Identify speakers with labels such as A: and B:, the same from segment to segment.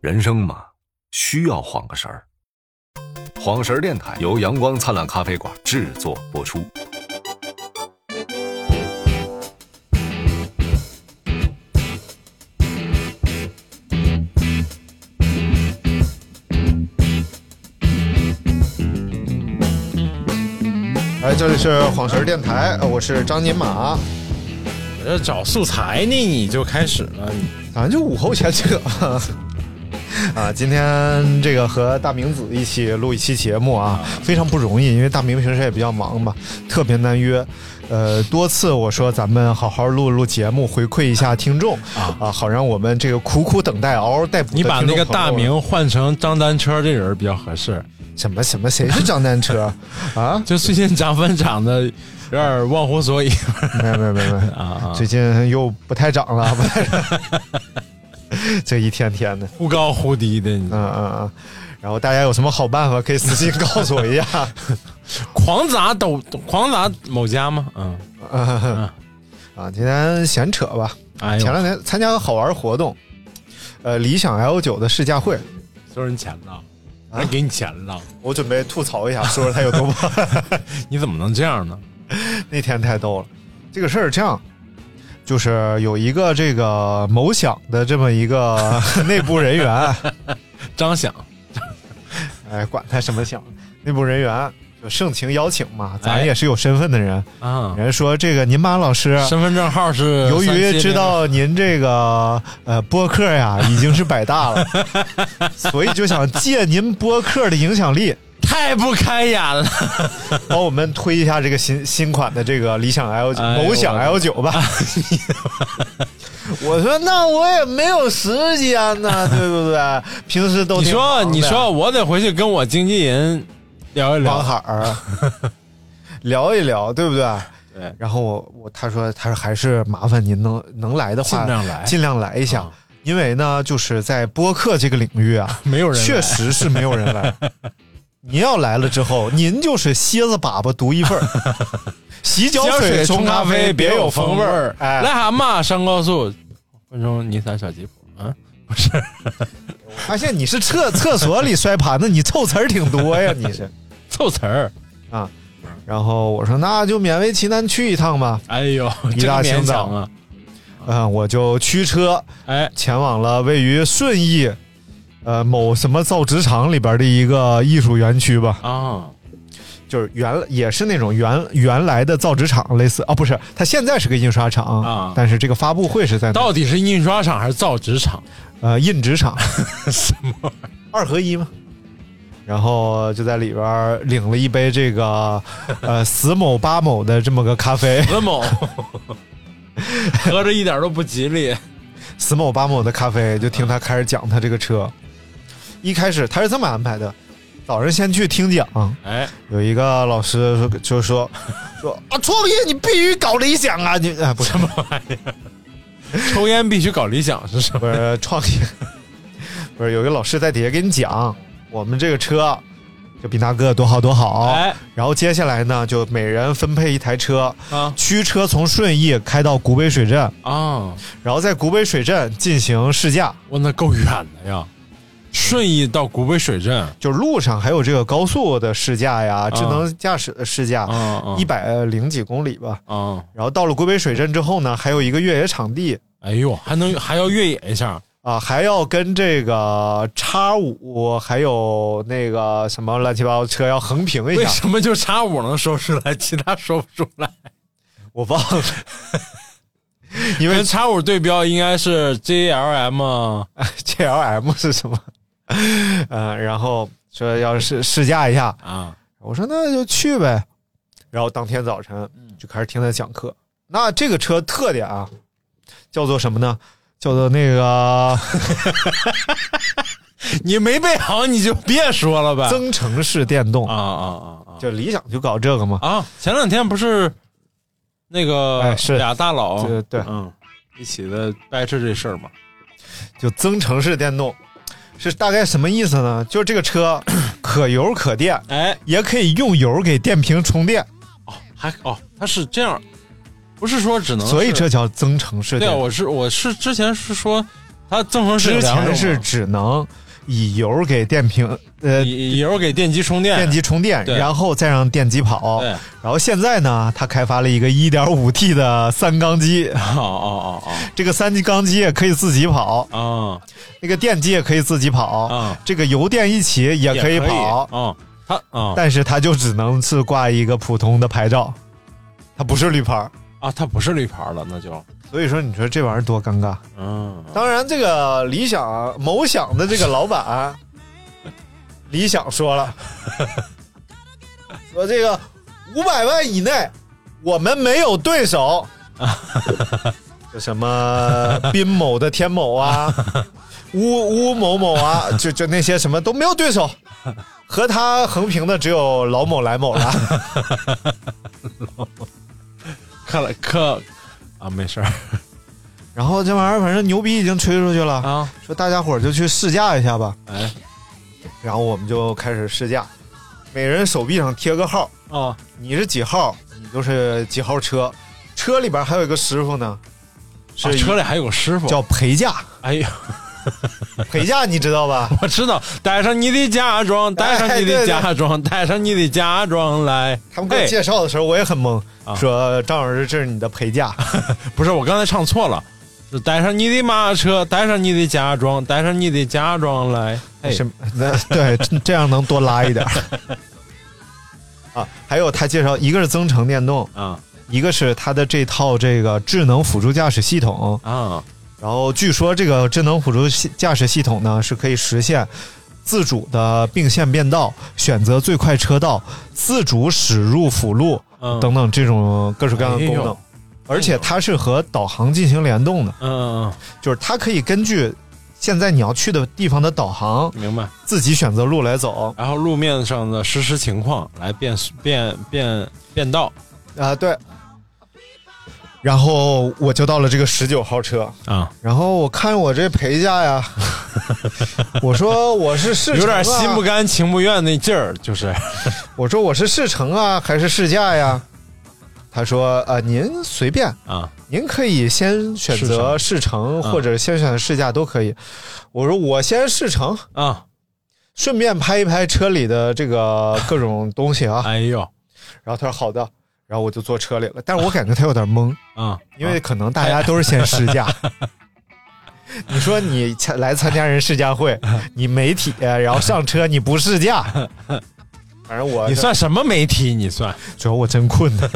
A: 人生嘛，需要晃个神儿。晃神儿电台由阳光灿烂咖啡馆制作播出。
B: 哎，这里是晃神儿电台，呃我是张金马，
C: 这找素材呢，你就开始了。
B: 咱就午后前者。 啊，今天这个和大明子一起录一期节目啊，非常不容易，因为大明平时也比较忙嘛，特别难约。呃，多次我说咱们好好录录节目，回馈一下听众啊好让我们这个苦苦等待、嗷嗷待哺的
C: 你把那
B: 听
C: 个
B: 众朋友啊
C: 大明换成张单车这人比较合适。
B: 什么什么谁是张 单车啊？
C: 就最近涨粉涨的有点忘乎所以
B: 没有没有没有没有
C: 啊，啊
B: 最近又不太涨了，不太涨， 这一天天的，
C: 忽高忽低的，你
B: 嗯嗯嗯。然后大家有什么好办法可以私信告诉我一下。
C: 狂砸抖狂砸某家吗？嗯，
B: 啊，今天闲扯吧。
C: 哎
B: 前
C: 呦，
B: 两天参加个好玩活动，呃，理想 L 九的试驾会，
C: 收人钱了，
B: 啊
C: 人给你钱了，
B: 我准备吐槽 一下，说说它有多棒。
C: 你怎么能这样呢？
B: 那天太逗了。这个事儿这样，就是有一个这个某享的这么 一个内部人员，
C: 张想，
B: 哎，管他什么想，内部人员就盛情邀请嘛，咱
C: 哎
B: 也是有身份的人。
C: 啊，
B: 人家说这个您马 老师，
C: 身份证号是
B: 啊由于
C: 370
B: 知道您这个呃播客呀已经是百大了， 所以就想借您播客的影响力，
C: 太不开眼了，
B: 帮我们推一下这个新新款的这个理想 L 九、
C: 哎呦
B: 某享 L 九吧。 我说那我也没有时间呢，对不对？平时都
C: 你
B: 挺忙
C: 说
B: 的
C: 你说我得回去跟我经纪人聊一
B: 王
C: 聊，
B: 海儿 聊一聊，对不对？
C: 对
B: 然后我我他说他说还是麻烦您能能来的话，
C: 尽量来
B: 尽量来一下。
C: 啊
B: 因为呢，就是在播客这个领域 啊，
C: 没有人来
B: 确实是没有人 来。您要来了之后，您就是蝎子粑粑独一份 儿，洗脚
C: 胶
B: 水冲咖啡
C: 别
B: 有
C: 风
B: 风
C: 儿。
B: 哎，
C: 癞蛤蟆上高速，混成泥三小吉普啊，不是，
B: 发现你是厕厕所里摔盘子，你凑词儿挺多呀， 你是。
C: 凑词儿。
B: 然后我说那就勉为其难去一趟吧，
C: 哎呦，
B: 一
C: 真
B: 大清
C: 勉
B: 早
C: 强啊！
B: 嗯，我就驱车
C: 哎，
B: 前往了位于顺义，呃某什么造纸厂里边的一个艺术园区吧，
C: 啊，
B: 就是原也是那种原原来的造纸厂类似啊，不是，它现在是个印刷厂
C: 啊
B: 但是这个发布会是在那
C: 到底是印刷厂还是造纸 厂？
B: 呃印纸厂
C: 什么？
B: 二合一嘛。然后就在里边儿领了一杯这个，呃，死某八某的这么个 咖啡，
C: 子某，合着一点都不吉利。
B: 死某八某的咖啡，就听他开始讲他这个车。一开始他是这么安排的：早上先去听讲，
C: 哎，
B: 有一个老师说就说说啊，创业你必须搞理想啊，你哎 不是
C: 抽烟必须搞理想是什么？
B: 不是创业，不是有一个老师在底下给你讲，我们这个车就比那个多好多好。
C: 哎
B: 然后接下来呢，就每人分配一台车，
C: 啊
B: 驱车从顺义开到古北水镇，
C: 啊！
B: 然后在古北水镇进行试驾。
C: 我那够远的呀，顺义到古北水镇
B: 就路上还有这个高速的试驾呀，智能驾驶的试驾，
C: 啊
B: 一百零几公里吧。
C: 啊！
B: 然后到了古北水镇之后呢，还有一个越野场地，
C: 哎呦，还能还要越野一下
B: 啊，还要跟这个叉五，还有那个什么乱七八糟车要横平一
C: 为
B: 下，
C: 什么就叉五能说出来，其他说不出来？
B: 我忘了，因为
C: 跟叉五对标应该是 JLM
B: GLM 是什么？嗯，然后说要试试驾一下，
C: 啊，
B: 我说那就去呗。然后当天早晨就开始听他讲课。那这个车特点啊，叫做什么呢？叫做那 个
C: 你没背好你就别说了呗。
B: 增程式电动
C: 啊，啊啊
B: 就理想就搞这个嘛。
C: 啊啊！前两天不是那个
B: 哎是
C: 俩大佬
B: 对对
C: 嗯一起的掰扯这事儿嘛？
B: 就增程式电动是大概什么意思呢？就是这个车 可油可电，
C: 哎，
B: 也可以用油给电瓶充电，
C: 哦还哦，它是这样，不是说哦只能是
B: 所以这叫增程式
C: 对
B: 电
C: 啊，
B: 动。
C: 我是我是之前是说它增程式有
B: 之
C: 两种啊
B: 前
C: 嘛
B: 是只能以油给电瓶呃
C: 以油给电机充电，
B: 电机充电，
C: 对
B: 然后再让电机跑。
C: 对，
B: 然后现在呢，它开发了一个 1.5T 的三缸机，
C: 哦哦哦
B: 这个三缸机也可以自己跑，
C: 哦，
B: 那个电机也可以自己跑，
C: 嗯
B: 这个油电一起也
C: 嗯，
B: 可以跑，
C: 嗯，它嗯
B: 但是它就只能是挂一个普通的牌照，它不是绿牌儿。
C: 啊，它不是绿牌了，那就
B: 所以说，你说这玩意儿多尴尬。
C: 嗯
B: 当然，这个理想某想的这个老板，理想说了，说这个五百万以内，我们没有对手。就什么宾某的天某啊，乌乌某某啊，就就那些什么都没有对手，和他横平的只有老某来某了。
C: 看了可啊，没事儿
B: 然后这玩意儿反正牛逼已经吹出去了，
C: 啊，
B: 说大家伙儿就去试驾一下吧。
C: 哎
B: 然后我们就开始试驾，每人手臂上贴个号，
C: 哦
B: 你是几号，你就是几号车。车里边还有一个师傅呢，是、
C: 啊，车里还有个师傅，
B: 叫陪嫁，
C: 哎呦，
B: 陪嫁你知道吧？
C: 我知道，带上你的嫁妆，带上你
B: 哎
C: 的
B: 对对
C: 嫁妆，带上你的嫁妆来。
B: 他们给我介绍的时候我也很懵，
C: 哎啊
B: 说张老师这是你的陪嫁，
C: 不是，我刚才唱错了，是带上你的马车，带上你的嫁妆，带上你的嫁妆来。哎，
B: 什么？ 那对，这样能多拉一点儿。 啊，还有他介绍，一个是增程电动，
C: 啊
B: 一个是它的这套这个智能辅助驾驶系统，
C: 啊
B: 然后据说这个智能辅助系驾驶系统呢，是可以实现自主的并线变道、选择最快车道、自主驶入辅路
C: 嗯
B: 等等这种各式各样的功
C: 哎
B: 能
C: 呦。
B: 而且它是和导航进行联动的，
C: 嗯，嗯
B: 就是它可以根据现在你要去的地方的导航，
C: 嗯明白。
B: 自己选择路来走。
C: 然后路面上的实时情况来变变变变道
B: 啊，对。然后我就到了这个十九号车，
C: 啊，
B: 然后我看我这陪嫁 呀，我说我是试乘啊
C: 有点心不甘情不愿那劲儿，就是
B: 我说我是试乘啊，还是试驾呀？他说呃，您随便，
C: 啊
B: 您可以先选择试乘，嗯或者先选择试驾都可以。我说我先试乘，
C: 啊，
B: 顺便拍一拍车里的这个各种东西 啊。
C: 哎呦
B: 然后他说好的，然后我就坐车里了。但是我感觉他有点懵，
C: 啊，
B: 因为可能大家都是先试 驾。你说你参来参加人试驾 会，
C: 啊
B: 你媒体，然后上车你不试驾，反正我
C: 你算什么媒体？你算
B: 主要我真困呢。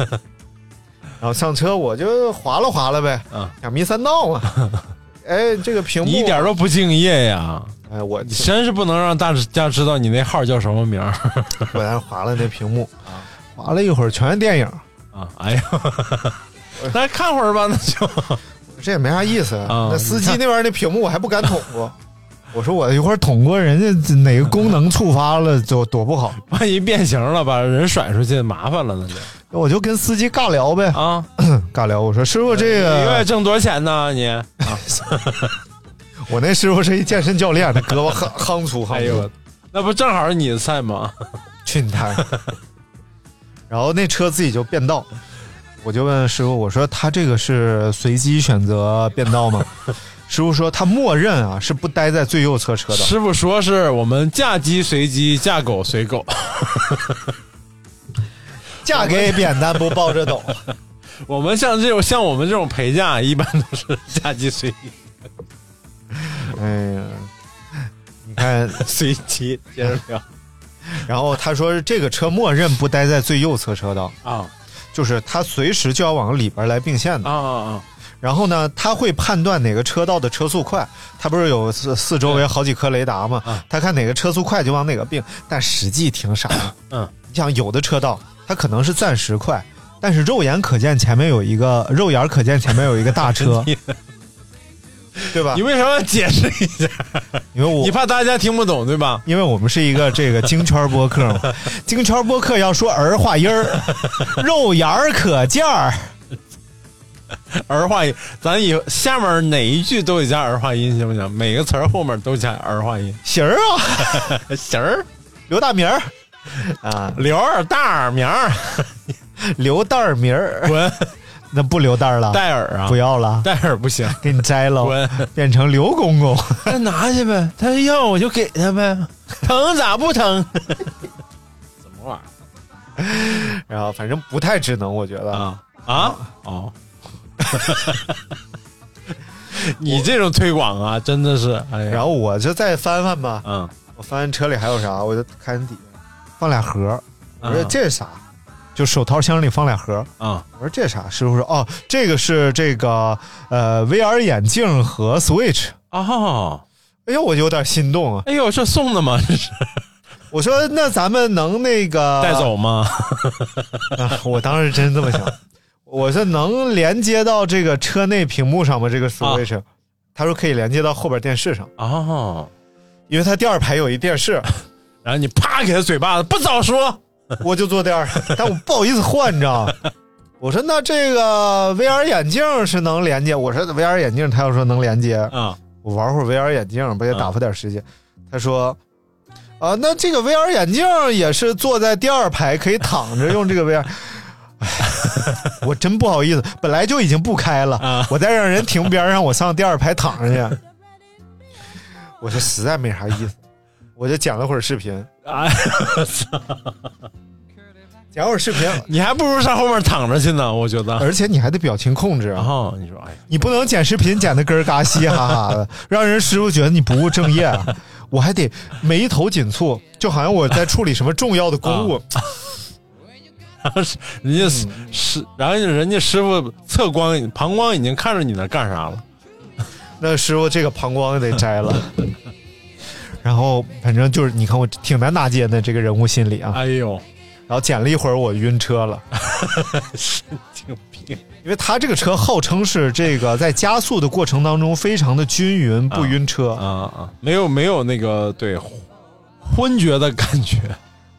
B: 然后上车我就划拉划拉呗，
C: 嗯
B: 两迷三道 嘛。哎，这个屏幕
C: 你一点都不敬业呀！
B: 哎，我
C: 你真是不能让大家知道你那号叫什么名儿
B: 我在那划拉那屏幕，划了一会儿全是电影，
C: 啊！哎呦， 那看会儿吧，那就
B: 这也没啥意思。
C: 啊
B: 那司机那边那屏幕我还不敢捅过， 我说我一会儿捅过人家哪个功能触发了，就多不好。
C: 万一变形了，把人甩出去，麻烦了那就
B: 我就跟司机尬聊呗，
C: 啊！ 哎
B: 尬聊。我说师傅，这
C: 一个月
B: 个
C: 挣多少钱呢？你
B: 我那师傅是一健身教 练，他胳膊夯夯粗
C: 哎
B: 夯粗
C: 呦。，那不正好是你的菜吗？
B: 去 你大爷！然后那车自己就变道，我就问师傅，我说他这个是随机选择变 道吗？师傅说他默认啊是不待在最右侧车道，
C: 师傅说是我们嫁鸡随鸡，嫁狗随狗。
B: 嫁给扁担不抱 着斗。
C: 我们像这种像我们这种陪嫁，一般都是嫁鸡随 鸡
B: 哎呀，你看，
C: 随鸡。接着聊
B: 然后他说这个车默认不待在最右侧车道，
C: 啊
B: 就是他随时就要往里边来并线
C: 啊
B: 的。
C: 啊啊！
B: 然后呢，他会判断哪个车道的车速快，他不是有四四周围好几颗雷达吗
C: 啊？
B: 他看哪个车速快就往哪个并，但实际挺傻的。
C: 嗯，
B: 你想有的车道它可能是暂时快， 但是肉眼可见前面有一个肉眼可见前面有一个大车，对吧
C: 啊你？为什么要解释一下？
B: 因为我
C: 你怕大家听不懂对吧？
B: 因为我们是一个这个京圈播客 嘛，京圈播客要说儿化音儿，肉眼儿可见儿。
C: 儿化音，咱以后下面哪一句都得加儿化音，行不行？每个词儿后面都加儿化音。
B: 行儿啊，
C: 行儿，
B: 刘大明儿啊，
C: 刘二大耳名儿，
B: 刘蛋儿明儿，
C: 滚！
B: 那不刘蛋儿了，
C: 戴尔啊，
B: 不，要了，
C: 戴啊尔不行，
B: 给你摘喽
C: 滚，
B: 变成刘公公。
C: 那拿去呗，他要我就给他 呗，疼咋不疼？怎么玩意
B: 然后反正不太智能，我觉得
C: 儿啊啊哦！ 你这种推广啊，真的是哎呀，
B: 然后我就再翻翻吧，
C: 嗯，
B: 我翻翻车里还有啥，我就看底下放俩盒儿，我说
C: 嗯
B: 这是啥？啊就手套箱里放俩盒儿，
C: 啊
B: 我说这啥？师傅说哦，这个是这个呃 VR 眼镜和 Switch。
C: 哦，啊
B: 哎呦，我就有点心动啊！
C: 哎呦，这送的吗？这是
B: 我说那咱们能那个
C: 带、走吗？
B: 啊？我当时真这么想，我说能连接到这个车内屏幕上吗？这个 Switch，、他说可以连接到后边电视上，
C: 哦，
B: 因为他第二排有一电视，
C: 然后你啪给他嘴巴子，不早说，
B: 我就坐第二，但我不好意思换，你知道吗？我说那这个 VR 眼镜是能连接，我说 VR 眼镜，他要说能连接，
C: 啊
B: 我玩会儿 VR 眼镜，不也打发点时间？他说，啊，那这个 VR 眼镜也是坐在第二排，可以躺着用这个 VR。哎我真不好意思，本来就已经不开了，
C: 啊
B: 我再让人停边上，我上第二排躺着去， 我就实在没啥意思，我就剪了会儿视频，
C: 啊！
B: 剪会儿视频，
C: 你还不如上后面躺着去呢，我觉得。
B: 而且你还得表情控制
C: 然
B: 啊，
C: 后你说，哎呀，
B: 你不能剪视频剪的咯儿嘎嘻哈哈的，让人师傅觉得你不务正业啊。我还得眉头紧蹙，就好像我在处理什么重要的公务。
C: 然后是人家师师，然后人家师傅侧光膀胱已经看着你在干啥了。
B: 那师傅这个膀胱得摘了。然后反正就是，你看我挺难搭建的这个人物心理啊。
C: 哎呦，
B: 然后剪了一会儿，我晕车了，
C: 神经病！
B: 因为他这个车号称是这个在加速的过程当中非常的均匀，不晕车。
C: 啊啊，没有没有那个对昏厥的感觉，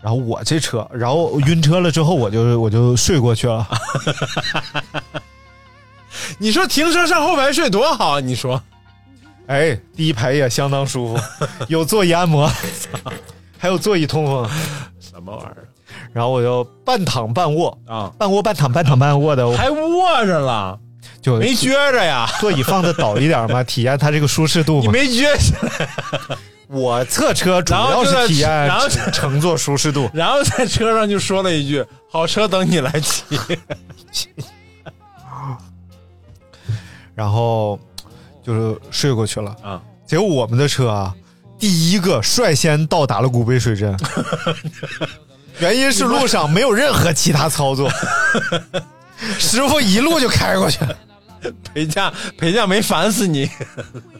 B: 然后我这车，然后晕车了之后，我就我就睡过去了。
C: 你说停车上后排睡多好啊？你说
B: 哎，第一排也相当 舒服，有座椅按摩， 还有座椅通风。
C: 什么玩意
B: 然后我就半躺半卧，
C: 儿啊？
B: 半卧半躺半躺半卧的，
C: 还卧着了，
B: 就
C: 没撅着呀？
B: 座椅放的倒一点 嘛，体验它这个舒适度
C: 你
B: 嘛。
C: 没撅起来，
B: 我侧车主
C: 然后
B: 要
C: 就在
B: 是体验
C: 然后，
B: 乘乘坐舒适度
C: 然后在车上就说了一句：“好车等你来骑。
B: 然后就是睡过去了”。
C: 啊，
B: 结果我们的车啊，第一个率先到达了古北 水镇，原因是路上没有任何其他操 作，师傅一路就开过去。
C: 陪嫁陪嫁没烦死你？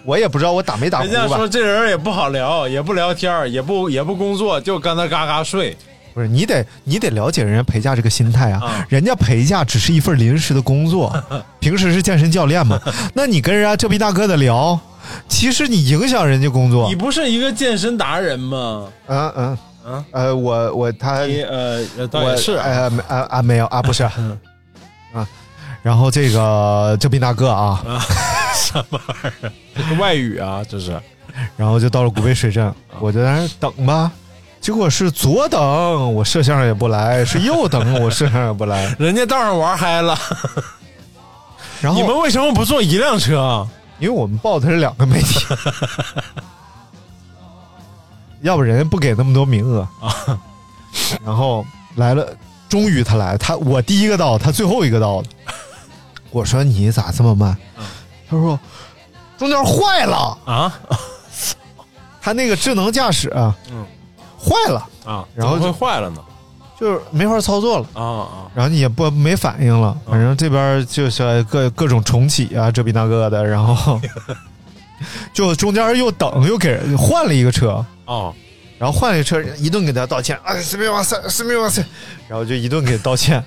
B: 我也不知道我打没打
C: 人家
B: 呼
C: 说
B: 吧？
C: 这人也不好聊，也不聊天儿，也不也不工作，就跟他嘎嘎睡。
B: 不是，你得你得了解人家陪嫁这个心态啊。
C: 啊
B: 人家陪嫁只是一份临时的工 作，平时是健身教练嘛。那你跟人家这逼大个的聊，其实你影响人家工作
C: 你。不是一个健身达人吗？
B: 嗯嗯
C: 啊
B: 呃，我我他
C: 你呃，呃倒
B: 我
C: 也是啊
B: 呃没啊啊没有啊不是 啊，然后这个这逼大个啊，
C: 什么玩意儿？这是外语啊，这是
B: 然后就到了古北水
C: 啊
B: 镇，我就在那儿等吧。结果是左等我摄像也不来，是右等我摄像也不 来。
C: 人家道上玩嗨了，
B: 哦然后
C: 你们为什么不坐一辆车啊？
B: 因为我们报的是两个媒体，要不人家不给那么多名额啊。然后来了，终于他来，他我第一个到，他最后一个到的。我说你咋这么慢？他说中间坏了，
C: 啊
B: 他那个智能驾驶啊，
C: 嗯
B: 坏了，
C: 啊，
B: 然后
C: 怎么会
B: 就
C: 坏了呢？
B: 就是没法操作了。
C: 啊啊
B: 然后你也不没反应了，反正这边就是各各种重启啊，这比那个的，然后就中间又等又给人换了一个车，
C: 哦，
B: 然后换了一个车，一顿给他道歉啊，斯密瓦塞，斯密瓦塞，然后就一 顿给道歉，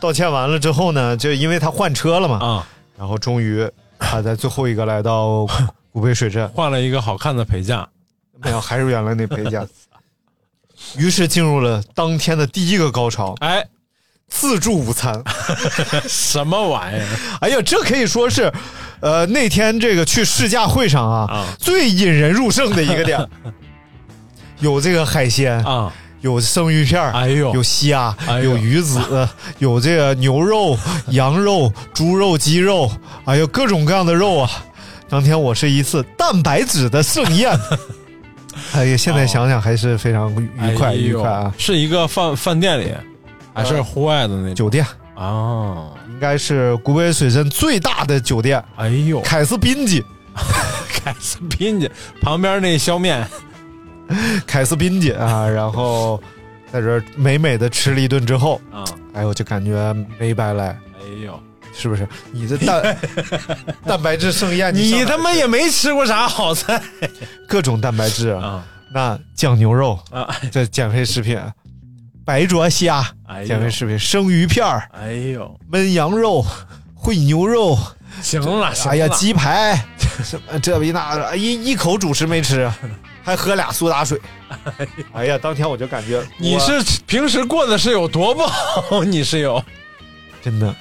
B: 道歉完了之后呢，就因为他换车了嘛，
C: 啊
B: 然后终于他在最后一个来到古北水镇，
C: 换了一个好看的陪嫁，
B: 没有，还是原来那陪嫁。于是进入了当天的第一个高潮，
C: 哎，
B: 自助午餐。
C: 什么玩意儿？
B: 哎呀，这可以说是，呃，那天这个去试驾会上啊，
C: 啊
B: 最引人入胜的一个 点儿，有这个海鲜
C: 啊，
B: 有生鱼片儿
C: 哎呦
B: 有虾，
C: 哎呦
B: 有鱼子，有这个 牛肉、羊肉、猪肉、鸡肉，哎呦，各种各样的肉啊！当天我是一次蛋白质的盛 宴，哎呀，现在想想还是非常 愉快、
C: 哦哎呦
B: 愉快啊！呃
C: 是一个饭饭店里，还是户外的那种？
B: 酒店
C: 啊，
B: 应该是古北水镇最大的酒店
C: 哎呦，
B: 凯斯宾基，
C: 凯斯宾去旁边那削面，
B: 凯斯宾基啊，然后在这儿美美的吃了一顿之后，
C: 啊，
B: 哎呦，就感觉没白来，
C: 哎呦，
B: 是不是？你这蛋 蛋白质盛宴，上
C: 你
B: 哪
C: 他妈也没吃过啥好菜
B: 各种蛋白质，
C: 啊
B: 那酱牛肉
C: 啊！
B: 这减肥食品，白灼虾
C: 哎呦
B: 减肥食品，生鱼片儿、
C: 哎呦，
B: 焖羊肉、烩牛肉，
C: 行了，行了
B: 哎呀，鸡排，什么这逼那的，一一口主食没吃，还喝俩 苏打水。哎呀，当天我就感觉
C: 你
B: 我
C: 是平时过得是有多不好？ 你是有
B: 真的，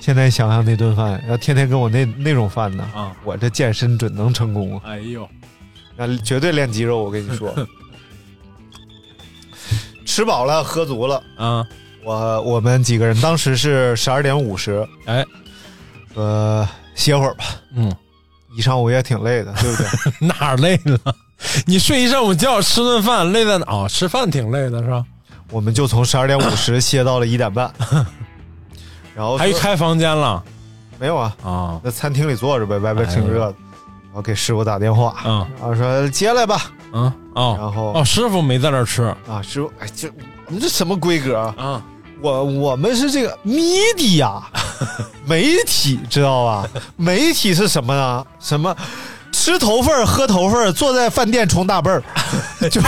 B: 现在想想那顿饭，要天天跟我那那种饭呢，
C: 啊？
B: 我这健身准能成功啊！
C: 哎呦，
B: 啊，绝对练肌肉，我跟你 说。吃饱了，喝足了，
C: 啊，
B: 我我们几个人当时是十二点五十，
C: 哎，
B: 呃，歇会儿吧，
C: 嗯，
B: 一上午也挺累的，对 不对？
C: 哪儿累了？你睡一上午觉，吃顿饭，累在哪？哦，吃饭挺累的是吧？
B: 我们就从十二点五十歇到了一点半， 然后
C: 还
B: 说
C: 开房间了
B: 没有啊？
C: 啊？
B: 那餐厅里坐着呗，外边挺热的，然后给师傅打电话，
C: 哎嗯
B: 然后说接来吧，
C: 嗯哦
B: 然后
C: 哦，师傅没在这儿吃
B: 啊，师傅，哎，这我们这什么规格啊？
C: 啊？
B: 我我们是这个 media 媒体，知道吧？媒体是什么呢？什么吃头份儿、喝头份儿，坐在饭店冲大辈儿，就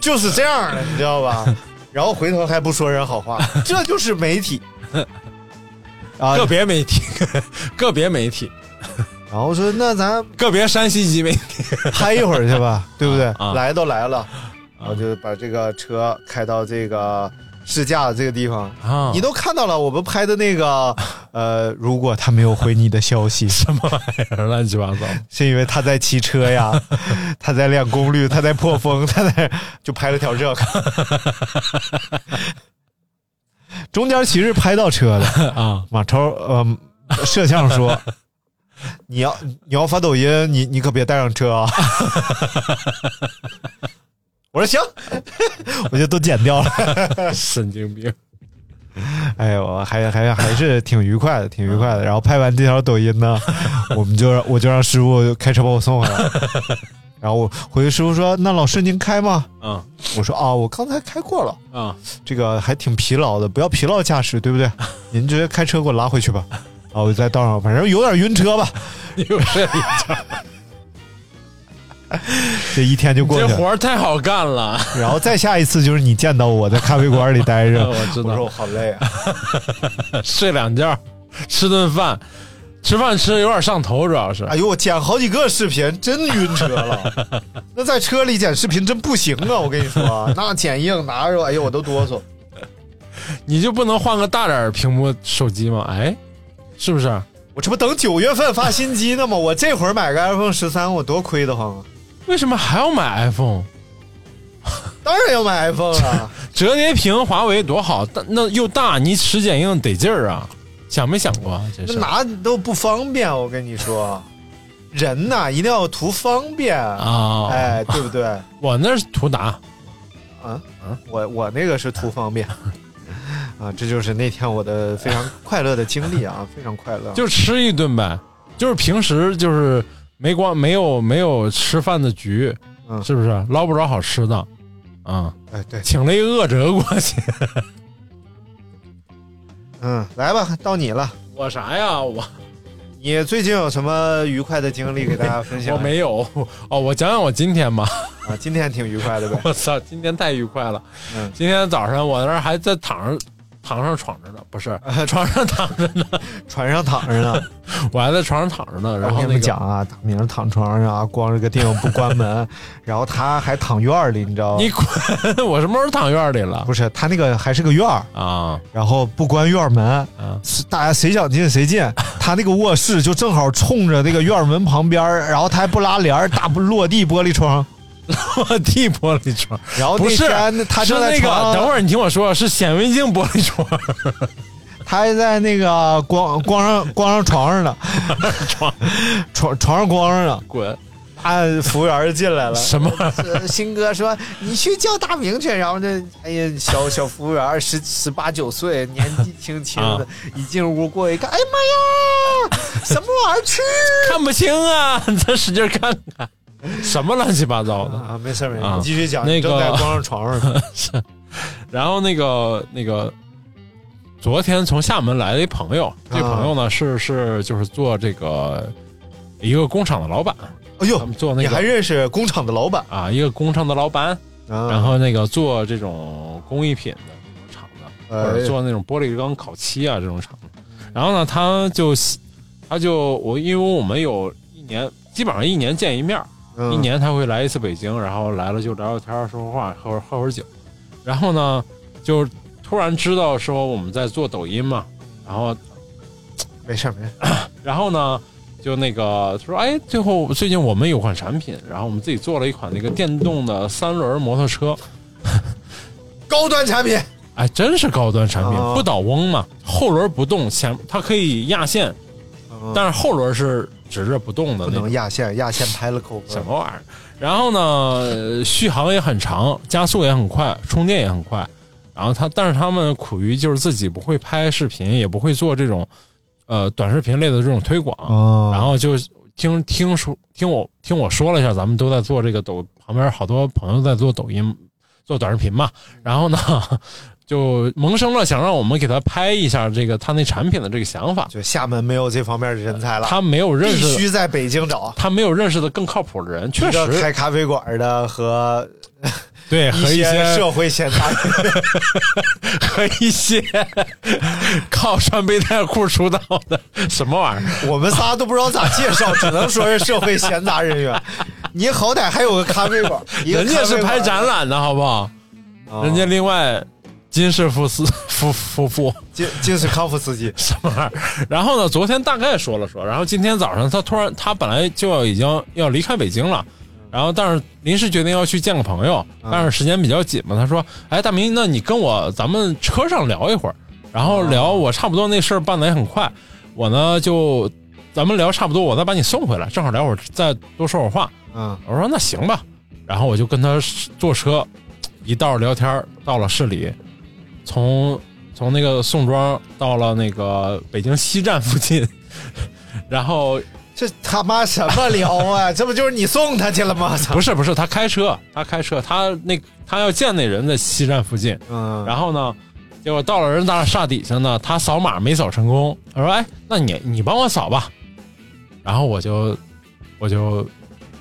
B: 就是这样的，你知道吧？然后回头还不说人好话，这就是媒体啊。
C: 个别媒体，个别媒体，
B: 然后说那咱
C: 个别山西籍媒体
B: 拍一会儿去吧，对不对？
C: 啊
B: 来都来了，然后就把这个车开到这个试驾的这个地方。
C: 啊
B: 你都看到了我们拍的那个，呃， 如果他没有回你的消息，
C: 什么玩意儿， 乱七八糟。
B: 是因为他在骑 车呀，他在练功率，他在破风，他在就拍了条这个。中间其实拍到车了，
C: 啊，
B: 马超呃，摄像 说：“你要你要发抖音，你你可别带上车 啊！”我说行， 我就都剪掉了。
C: 神经病！
B: 哎呦，我还还还是挺愉快的，挺愉 快的。然后拍完这条抖音呢，我们就我就让师傅开车把我送回来。 然后我回去，师傅说：“那老师您开吗
C: 啊？”
B: 我说：“啊，我刚才开过了，
C: 啊，
B: 这个还挺疲劳的，不要疲劳驾驶，对不 对？您直接开车给我拉回去吧。”啊，我就在道上，反正有点晕车吧，
C: 又是你
B: 这一天就过
C: 这
B: 去
C: 活
B: 了。
C: 儿太好干了。
B: 然后再下一次就是你见到我在咖啡馆里待 着，
C: 我知道
B: 说我好累啊。
C: 睡两觉，吃顿饭，吃饭吃有点上头，主要是。
B: 哎呦，我剪好几个视频，真晕车 了。那在车里剪视频真不行啊！我跟你说啊，那剪映拿着，哎呦，我都哆嗦。
C: 你就不能换个大点儿屏幕手机吗？哎，是不是？
B: 我这不等九月份发新机呢吗？我这会儿买个 iPhone 十三，我多亏得慌啊！
C: 为什么还要买 iPhone？
B: 当然要买 iPhone 啊了。
C: 折叠屏华为多好，但那又大，你使剪映得劲儿啊！想没想过啊这
B: 那
C: 事？
B: 拿都不方便，我跟你说，人呐一定要图方便啊，
C: 啊？
B: 哎，对不对？
C: 我那是图达，
B: 啊，我我那个是图 方便。啊，这就是那天我的非常快乐的经历啊，非常快乐。
C: 就吃一顿呗，就是平时就是没光没有没有吃饭的局，
B: 嗯
C: 是不是捞不着好吃的？啊、
B: 哎，对，
C: 请了一个恶哲过去，
B: 嗯，来吧，到你了。
C: 我啥呀？我
B: 你最近有什么愉快的经历给大家分享？
C: 我没有哦，我讲讲我今天吧。
B: 啊，今天挺愉快的呗。
C: 我操，今天太愉快了！
B: 嗯
C: 今天早上我那儿还在躺着床上闯着呢，不是 床上躺着呢，
B: 船上躺着呢。
C: 我还在床上躺着呢。然
B: 我
C: 后
B: 跟你
C: 那
B: 们
C: 个
B: 讲啊，大明躺床上啊，光着个腚不关门，然后他还躺院儿里，你知道吗？
C: 你滚！ 我什么时候躺院里了
B: 不是他那个还是个院儿，
C: 啊？
B: 然后不关院儿门，
C: 嗯
B: 是大家谁想进谁进。他那个卧室就正好冲着那个院儿门旁边儿，然后他还不拉帘儿，大不落地玻璃窗。
C: 落地玻璃窗，
B: 然后那
C: 不是
B: 天他
C: 是
B: 正在
C: 那
B: 床
C: 个，
B: 上
C: 等会儿你听我说，是显微镜玻璃 窗，
B: 他还在那个光光上光上床 上呢， 床床床上光上呢，
C: 滚！
B: 按服务员就进来了。
C: 什么？
B: 呃新哥说：“你去叫大明去。”然后这，哎呀，小小服务员十十八九岁，年纪轻轻的
C: 啊，
B: 一进屋过去一看，哎呀妈呀，什么玩意儿去？
C: 看不清啊！你再使劲看看，什么乱七八糟的。
B: 啊，没事没事，
C: 啊
B: 你继续讲。
C: 那
B: 你正
C: 个
B: 在光着 床上呢，
C: 然后那个那个，昨天从厦门来了一朋友，这个朋友呢、是是就是做这个一个工厂的老板，
B: 哎
C: 他
B: 呦
C: 们，做那
B: 你还
C: 个
B: 认识工厂的老板？啊
C: 啊一个工厂的老板，然
B: 然
C: 后那个做这种工艺品的那种厂子，
B: 哎
C: 或者做那种玻璃钢烤漆啊这种厂子。然后呢，他就他就我因为我们有一年基本上一年见一面儿，
B: 嗯
C: 一年他会来一次北京，然后来了就聊聊天儿、说说话、喝会儿喝会儿酒。然后呢，就突然知道说我们在做抖音嘛，然后
B: 没事没事，
C: 然后呢，就那个他说，哎，最后最近我们有款产品，然后我们自己做了一款那个电动的三轮摩托车，
B: 高端产品
C: 哎，真是高端产品，
B: 哦
C: 不倒翁嘛，后轮不动，前它可以压线，
B: 嗯
C: 但是后轮是直着不动的
B: 不
C: 那种
B: 能压线，压线拍了扣
C: 什
B: 分。
C: 么玩意儿？然后呢，呃续航也很长，加速也很快，充电也很快。然后他，但是他们苦于就是自己不会拍视频，也不会做这种呃短视频类的这种推广，
B: 哦
C: 然后就听听说听我听我说了一下，咱们都在做这个抖，旁边好多朋友在做抖音，做短视频嘛。然后呢， 就萌生了想让我们给他拍一下这个他那产品的这个想法。
B: 就厦门没有这方面的人才了，
C: 他没有认
B: 必
C: 识的，
B: 须在北京找。
C: 他没有认识的更靠谱的人，确
B: 一个
C: 实
B: 开咖啡馆的和
C: 对和
B: 一
C: 一
B: 些
C: 些
B: 社会闲杂人
C: 和一些靠穿背带裤出道的 什么玩意儿？
B: 我们仨都不知道咋介绍，只能说是社会闲杂人员。你好歹还有个咖啡馆，一 个
C: 人家是
B: 咖啡
C: 拍
B: 馆
C: 展，览的好不好？
B: 啊
C: 人家另外金氏夫斯夫夫妇
B: 金金是康夫斯基，
C: 什么玩意儿？然后呢，昨天大概说了说，然后今天早上他突然他本来就要已经要离开北京了。然后，但是临时决定要去见个朋友，但是时间比较紧嘛。他说：“哎，大明，那你跟我咱们车上聊一会儿。”然后聊我差不多那事儿办的也很快，我呢就咱们聊差不多，我再把你送回来，正好聊会儿再多说会儿话。
B: 嗯，
C: 我说那行吧，然后我就跟他坐车一道聊天儿，到了市里，从从那个宋庄到了那个北京西站附近， 然后
B: 这他妈什么聊啊？ 这不就是你送他去了吗？操
C: 不，是不是他开车，他开车，他那他要见那人在西站附近，
B: 嗯，
C: 然后呢，结果到了人大厦底下呢，他扫码没扫成功，他说哎，那你你帮我扫吧，然后我就我就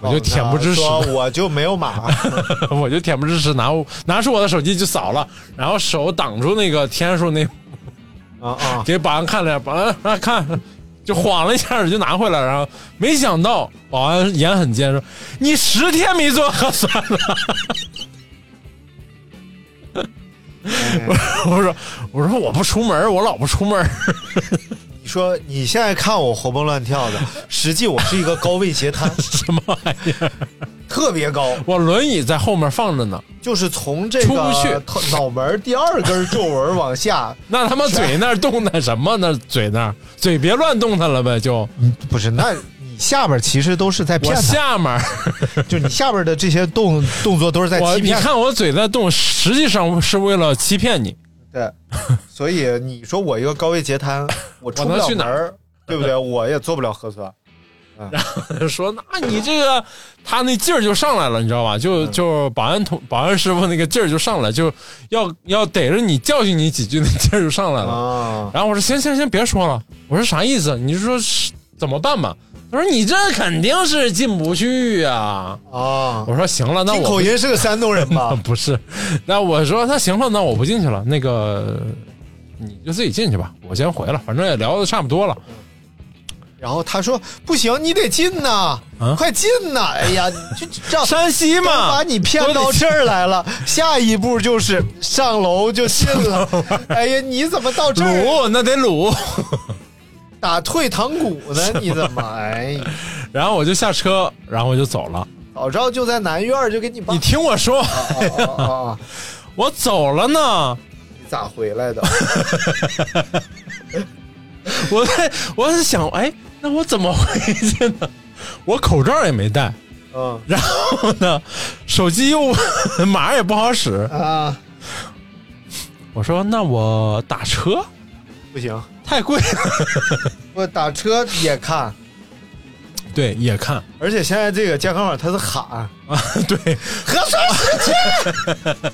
C: 我就恬不知耻，
B: 说我就没 有码，
C: 我就恬不知耻拿拿出我的手机就扫了，然后手挡住那个天数那，
B: 啊啊，
C: 给保安看了，保安啊看，就晃了一下就拿回来，然后没想到保安眼很尖说：“你十天没做核酸了。”
B: 哎
C: 我我说我说我不出门，我老不出门，
B: 你说你现在看我活蹦乱跳的，实际我是一个高位 截瘫，
C: 什么玩意儿？
B: 特别高，
C: 我轮椅在后面放着呢，
B: 就是从这个
C: 出不去
B: 头 脑门儿第二根皱纹往下，
C: 那他妈
B: 啊
C: 嘴那儿动弹什么呢？嘴那儿嘴别乱动弹了呗，就
B: 不是那。你下边其实都是在
C: 我
B: 骗他，
C: 下面儿。
B: 就你下边的这些动动作都是在
C: 我
B: 欺
C: 你
B: 骗他
C: 看我嘴在动，实际上是为了欺骗你。
B: 对，所以你说我一个高位 截瘫，我出不
C: 我
B: 了
C: 能去哪
B: 门儿，对不对？我也做不了核酸，
C: 说那你这个他那劲儿就上来了，你知道吧？就就保安同保安师傅那个劲儿就上来，就要要逮着你教训你几句，那劲儿就上来了。
B: 啊
C: 然后我说行行行，别说了，我说啥意思？你就说是怎么办吧？他说你这肯定是进不去呀、
B: 啊！
C: 我说行了，那
B: 听
C: 我
B: 口音是
C: ？
B: 个山东人吧
C: 不是，那我说那行了，那我不进去了。那个你就自己进去吧，我先回了，反正也聊的差不多了。
B: 然后他说：“不行，你得进呐，
C: 啊
B: 快进呐！哎呀，就 这
C: 山西
B: 都
C: 嘛，
B: 把你骗到这儿来了，下一步就是上楼就进了。哎呀，你怎么到这儿
C: 撸，那得撸。
B: 打退堂鼓呢？你怎么？哎，
C: 然后我就下车，然后我就走了。
B: 早知道就在南院就给你爸
C: 你听我说，
B: 啊啊啊！
C: 我走了呢，
B: 你咋回来的？
C: 我在我在想，哎，那我怎么回去呢？ 我口罩也没戴，
B: 嗯
C: 然后呢，手机又 马上也不好使。
B: 啊，
C: 我说那我打车
B: 不行，
C: 太贵了，
B: 我打车也看，
C: 对，也看
B: 而且现在这个健康码它 是喊，
C: 啊，对，
B: 核酸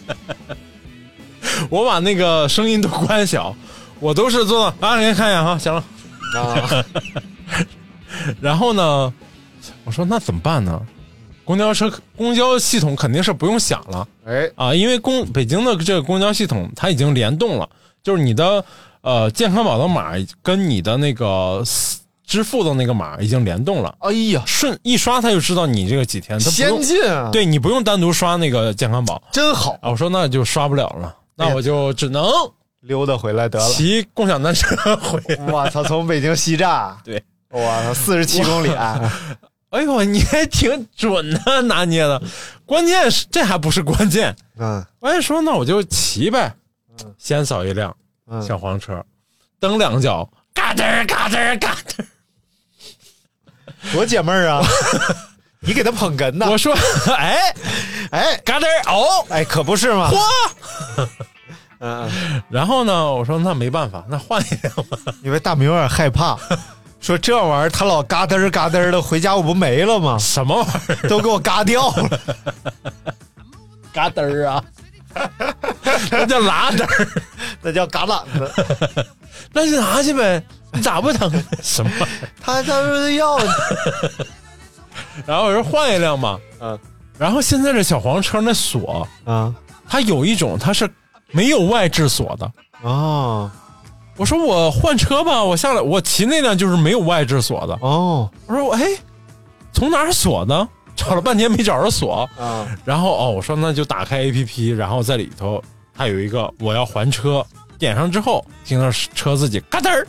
C: 我把那个声音都关小，我都是做到啊，给你看一眼哈，行了。
B: 啊，
C: 然后呢，我说那怎么办呢？公交车、公交系统肯定是不用想了
B: 哎，
C: 啊，因为公北京的这个公交系统它已经联动了，就是你的呃健康宝的码跟你的那个私支付的那个码已经联动了，
B: 哎呀，
C: 顺一刷它就知道你这个几天，它不
B: 先
C: 用
B: 进啊，，
C: 对你不用单独刷那个健康宝
B: 真好，
C: 啊。我说那就刷不了了，那我就只 能
B: 溜达回来得 了。
C: 骑共享单车回来。
B: 我操，从北京西站，
C: 对，
B: 我操，四十七公里，啊
C: 哎呦，你还挺准的，拿捏的。关键是这还不是关键，
B: 嗯
C: 我也说那我就骑呗，先扫一辆
B: 嗯，
C: 小黄车，蹬两脚，嘎吱儿嘎吱儿嘎吱儿。
B: 多解闷 儿啊！你给他捧哏呢
C: 我？说， 哎，
B: 哎
C: 嘎吱儿哦，
B: 哎，可不是嘛，
C: 嚯！
B: 嗯，
C: 然后呢，我说那没办法，那换一辆吧。
B: 因为大明有点害怕，说这玩意儿他老嘎噔儿嘎噔儿的，回家我不没了吗？
C: 什么玩意儿？
B: 都给我嘎掉了。
C: 嘎嘚儿 啊！那叫拉嘚儿，
B: 那叫嘎懒 子。
C: 那就拿去呗，你咋不疼？ 什么玩意儿？
B: 他他说要，
C: 然后我说换一辆吧，
B: 嗯
C: 然后现在这小黄车那锁，
B: 啊
C: 它有一种它是没有外置锁的。
B: 哦
C: 我说我换车吧，我下来我骑那辆就是没有外置锁的。
B: 哦
C: 我说我哎，从哪儿锁呢？找了半天没找着锁，
B: 啊
C: 然后哦，我说那就打开 A P P，然后在里头它有一个我要还车，点上之后听到车自己嘎噔儿，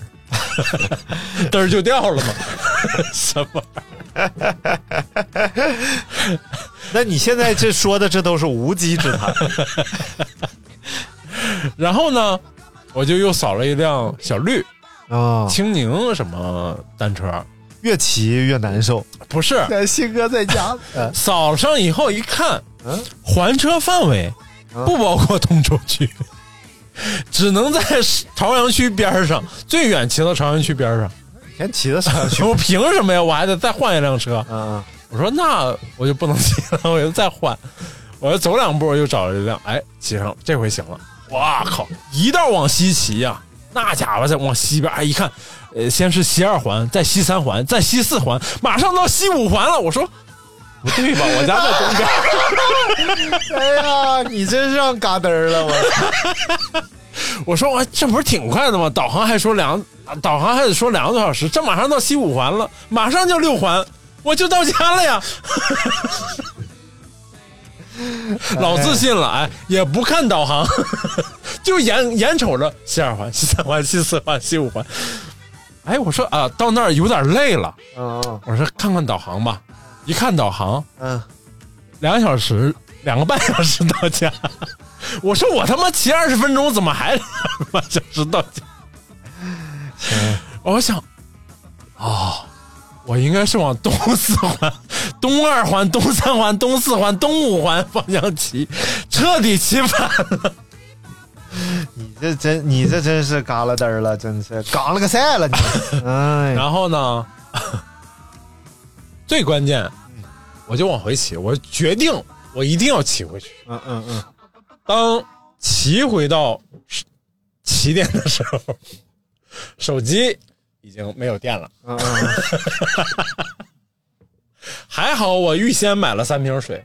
C: 嘚儿就掉了嘛， 什么玩意儿？
B: 那你现在这说的这都是无稽之谈。
C: 然后呢，我就又扫了一辆小绿
B: 啊，
C: 青柠什么单车，
B: 越骑越难受。
C: 不是
B: 新哥在家，嗯
C: 扫上以后一看，
B: 嗯
C: 还车范围不包括通州区，只能在朝阳区边上，最远骑到朝阳区边上。
B: 先骑到 上去。
C: 我凭什么呀？我还得再换一辆车。
B: 嗯，
C: 我说那我就不能骑了，我就再换。我就走两步又找了一辆，哎，骑上了这回行了。哇靠！一道往西骑呀、那家伙再往西边，哎，一看，呃，先是西二环，再西三环，再西四环，马上到西五环了。我说不对吧？我家在东边。
B: 哎呀，你真是让嘎噔儿了，我
C: 我说我这不是挺快的吗？导航还说两，导航还得说两个多小时，这马上到西五环了，马上就六环，我就到家了呀。 老自信了，哎，也不看导航， 就眼眼瞅着西二环、西三环、西四环、西五环。哎，我说啊，到那儿有点累了，
B: 嗯
C: 我说看看导航吧。一看导航，
B: 嗯，
C: 两个小时，两个半小时到家。 我说我他妈骑二十分钟，怎么还两个半小时到家？我想，啊、哦我应该是往东四环、东二环、东三环、东四环、东五环方向骑，彻底骑反了。
B: 你这真，你这真是嘎啦嘚儿了，真是嘎了个赛 了，你。哎，
C: 然后呢， 最关键，我就往回骑，我决定我一定要骑回去。
B: 嗯嗯嗯，
C: 当骑回到起点的时候， 手机已经没有电了。
B: 嗯嗯，
C: 还好我预先买了三瓶水，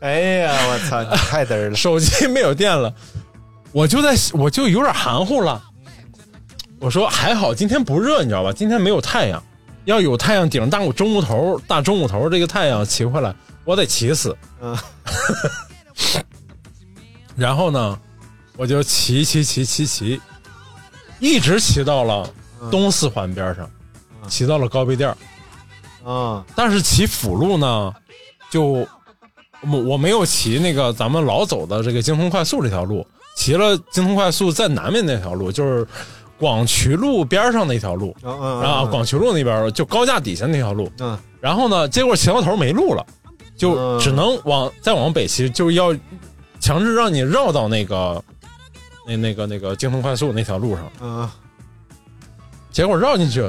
B: 哎呀，我操，你太嘚儿了！
C: 手机没有电了，我就在我就有点含糊了。我说还好今天不热，你知道吧？今天没有太阳，要有太阳顶着大午中午头大中午头这个太阳骑回来，我得骑死。
B: 嗯，
C: 然后呢，我就骑骑骑骑骑，一直骑到了东四环边上，骑到了高碑店儿。
B: 啊
C: 但是骑辅路呢，就我我没有骑那个咱们老走的这个京通快速这条路，骑了京通快速在南面那条路，就是广渠路边上那条路，
B: 啊
C: 啊，广渠路那边就高架底下那条路。
B: 嗯
C: 然后呢，结果骑到头没路了，就
B: 嗯
C: 只能往再往北骑，就要强制让你绕到那个那那个那个京通快速那条路上。
B: 嗯
C: 结果绕进去，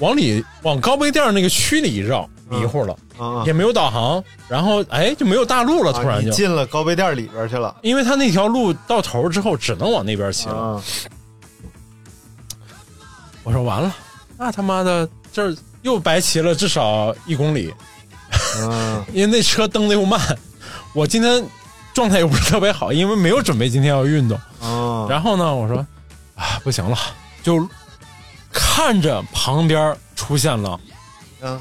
C: 往里往高碑店那个区里一绕，迷糊了。
B: 啊
C: 也没有导航，然后哎就没有大路了，突然
B: 你
C: 就，
B: 进了高碑店里边去了
C: 因为他那条路到头之后只能往那边骑了。
B: 啊
C: 我说完了，那他妈的这儿又白骑了至少一公里，
B: 啊
C: 因为那车蹬的又慢，我今天状态又不是特别好，因为没有准备今天要运动。
B: 啊！
C: 然后呢，我说啊不行了，就看着旁边出现了
B: 嗯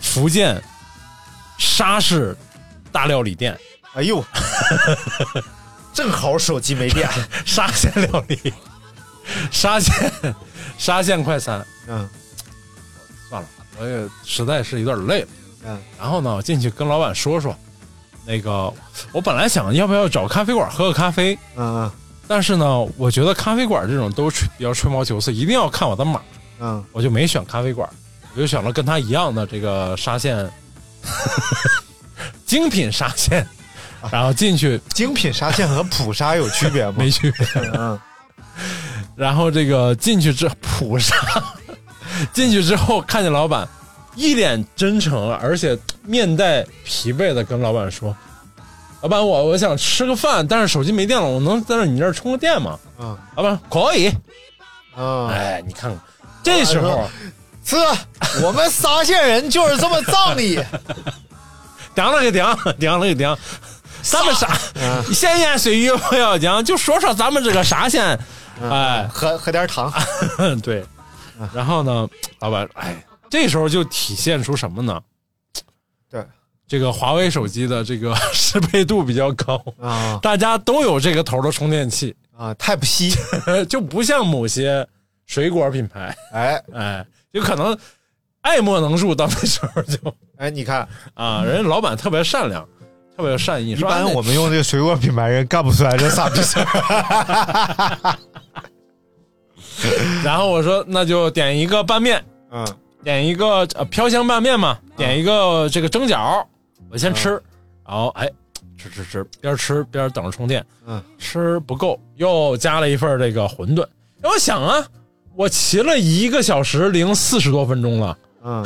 C: 福建沙市大料理店
B: 哎呦，正好手机没电。
C: 沙县料理，沙县沙县快餐。
B: 嗯
C: 算了，我也实在是有点累了。
B: 嗯
C: 然后呢，我进去跟老板说说，那个我本来想要不要找咖啡馆喝个咖啡，
B: 嗯
C: 但是呢，我觉得咖啡馆这种都吹比较吹毛求疵，一定要看我的码，
B: 嗯
C: 我就没选咖啡馆，我就选了跟他一样的这个沙 县精品沙县，然后进去
B: 精品沙县和普沙有区别吗？
C: 没去。
B: 嗯
C: 然后这个进去之普沙， 进去之后看见老板一脸真诚，而且面带疲惫的跟老板说：“老板，我我想吃个饭，但是手机没电了，我能在你这儿充个电吗
B: 嗯？”
C: 老板可以。
B: 嗯，
C: 哎，你看看，这时候
B: 这我们沙县人就是这么 仗义。
C: 凉了个凉， 凉了个凉。咱们啥
B: 嗯
C: 闲言碎语不要讲，就说说咱们这个沙县，哎，
B: 喝喝点糖，
C: 嗯对，
B: 啊
C: 然后呢，老板，哎，这时候就体现出什么呢？
B: 对
C: 这个华为手机的这个 适配度比较高，
B: 啊
C: 大家都有这个头的充电器，
B: 啊，Type C，
C: 就不像某些水果品牌，
B: 哎
C: 哎，有可能爱莫能助，到那时候就
B: 哎，你看，
C: 啊，人家老板特别善良，特别有善意，
B: 一
C: 说哎
B: 般
C: 那
B: 我们用这个水果品牌人干不出来这傻逼事儿。
C: 然后我说那就点一个拌面，
B: 嗯
C: 点一个呃飘香拌面嘛，点一个这个蒸饺，我先吃，然后哎吃吃吃，边吃边等着充电，
B: 嗯，
C: 吃不够又加了一份这个馄饨。然后我想啊，我骑了一个小时零四十多分钟了，
B: 嗯，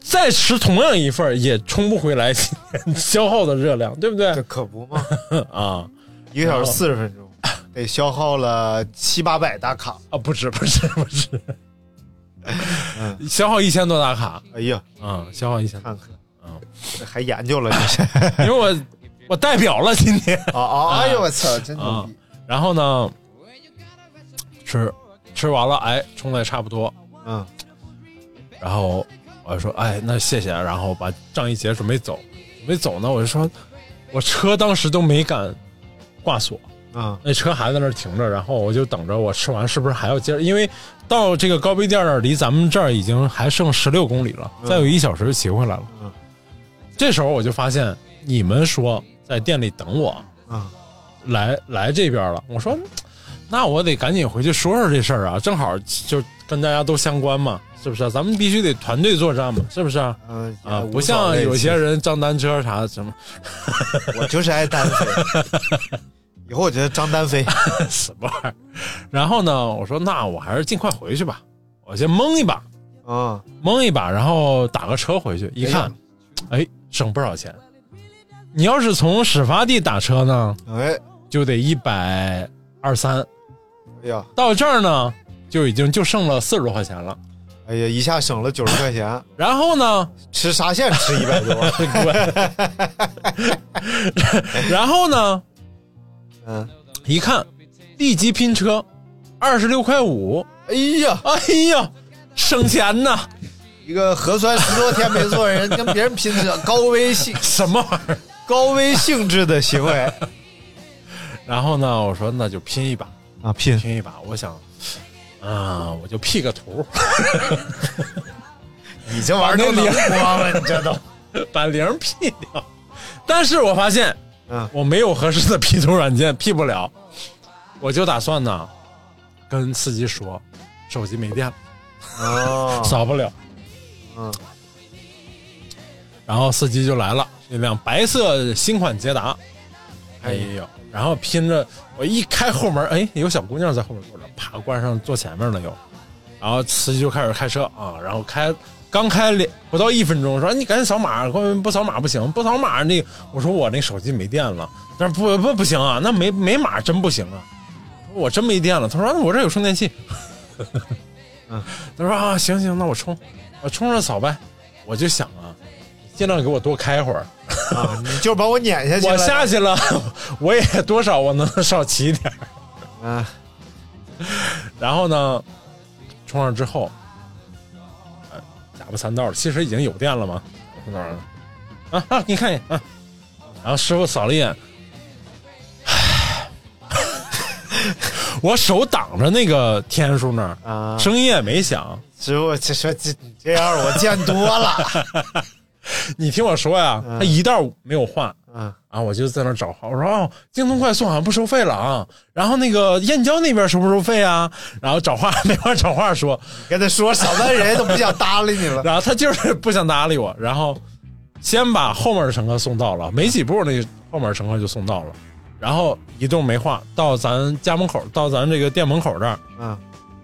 C: 再吃同样一份也充不回来今天消耗的热量，对不对
B: 这可不嘛，
C: 啊？
B: 一个小时四十分钟，得消耗了七八百大卡。
C: 啊，不止不止不止，消耗一千多大卡
B: 哎呀，
C: 啊，消耗一 千，
B: 看看，
C: 嗯
B: 这还研究了 这是
C: 因为我我代表了今天。
B: 啊啊！哎呦我操，真牛逼！
C: 然后呢，吃吃完了，哎，冲的也差不多，
B: 嗯
C: 然后我就说，哎，那谢谢，然后把账一结，准备走，准备走呢，我就说，我车当时都没敢挂锁，
B: 嗯
C: 那车还在那儿停着，然后我就等着我吃完是不是还要接着，因为到这个高碑店儿离咱们这儿已经还剩十六公里了，再有一小时就骑回来了。
B: 嗯
C: 这时候我就发现你们说在店里等我，
B: 嗯
C: 来来这边了。我说，那我得赶紧回去说说这事儿啊，正好就跟大家都相关嘛，是不是啊、咱们必须得团队作战嘛，是不是啊？
B: 嗯
C: 啊，不像有些，人张单车啥的什么
B: 也无所谓我就是爱单飞。 以后我觉得张单飞，
C: 什么玩意儿。然后呢，我说那我还是尽快回去吧，我先蒙一把，
B: 嗯，
C: 蒙一把，然后打个车回去。一看，哎，省不少钱。你要是从始发地打车呢，
B: 哎，
C: 就得一百二三，
B: 哎呀，
C: 到这儿呢，就已经就剩了四十多块钱了。
B: 哎呀，一下省了九十块 钱，
C: 然后呢，
B: 吃沙县吃一百多，
C: 然后呢，
B: 嗯，
C: 一看地基拼车，二十六块五，
B: 哎呀，
C: 哎呀，省钱呐！
B: 一个核酸十多天没做人，跟别人拼车，高危性
C: 什么玩意儿？
B: 高危性质的行为
C: 然后呢，我说那就拼一把，
B: 啊，拼
C: 拼一把。我想，啊，我就 P 个图，
B: 你这玩意儿都能摸吗？你这都，
C: 把零 P 掉。但是我发现，
B: 嗯
C: 我没有合适的 P 图软件，P 不了。我就打算呢，跟司机说，手机没电了，
B: 哦
C: 扫不了。
B: 嗯，
C: 然后司机就来了，一辆白色新款捷达，哎呦，然后拼着我一开后门，哎，有小姑娘在后面坐着，啪关上坐前面了又，然后司机就开始开车啊，然后开刚开两不到一分钟，说哎你赶紧扫码，不扫码不行，不扫码那我说我那手机没电了，但是不不不行啊，那没没码真不行啊，我说我真没电了，他说、啊我这有充电器，他说啊行行，那我充，我充着扫呗，我就想啊，你尽量给我多开会儿。
B: 啊，你就把我撵下去了，
C: 我下去 了，我也多少我能少骑点儿。
B: 啊，
C: 然后呢，充上之后，呃假不三道了，其实已经有电了嘛，假不三道了啊啊，你看一眼啊。然后师傅扫了一眼，唉， 我手挡着那个天数那儿，
B: 啊
C: 声音也没响。
B: 师傅这说这你这样我见多 了，
C: 你听我说呀，他一道没有换，
B: 嗯
C: 啊，我就在那儿找号，我说哦，京东快速好像不收费了啊，然后那个燕郊那边收不收费啊？然后找话 没法找话说，
B: 跟他说少半人都不想搭理你了，
C: 然后他就是不想搭理我，然后先把后面的乘客送到了，没几步那后面乘客就送到了，然后一动没话，到咱家门口，到咱这个店门口这儿，
B: 嗯，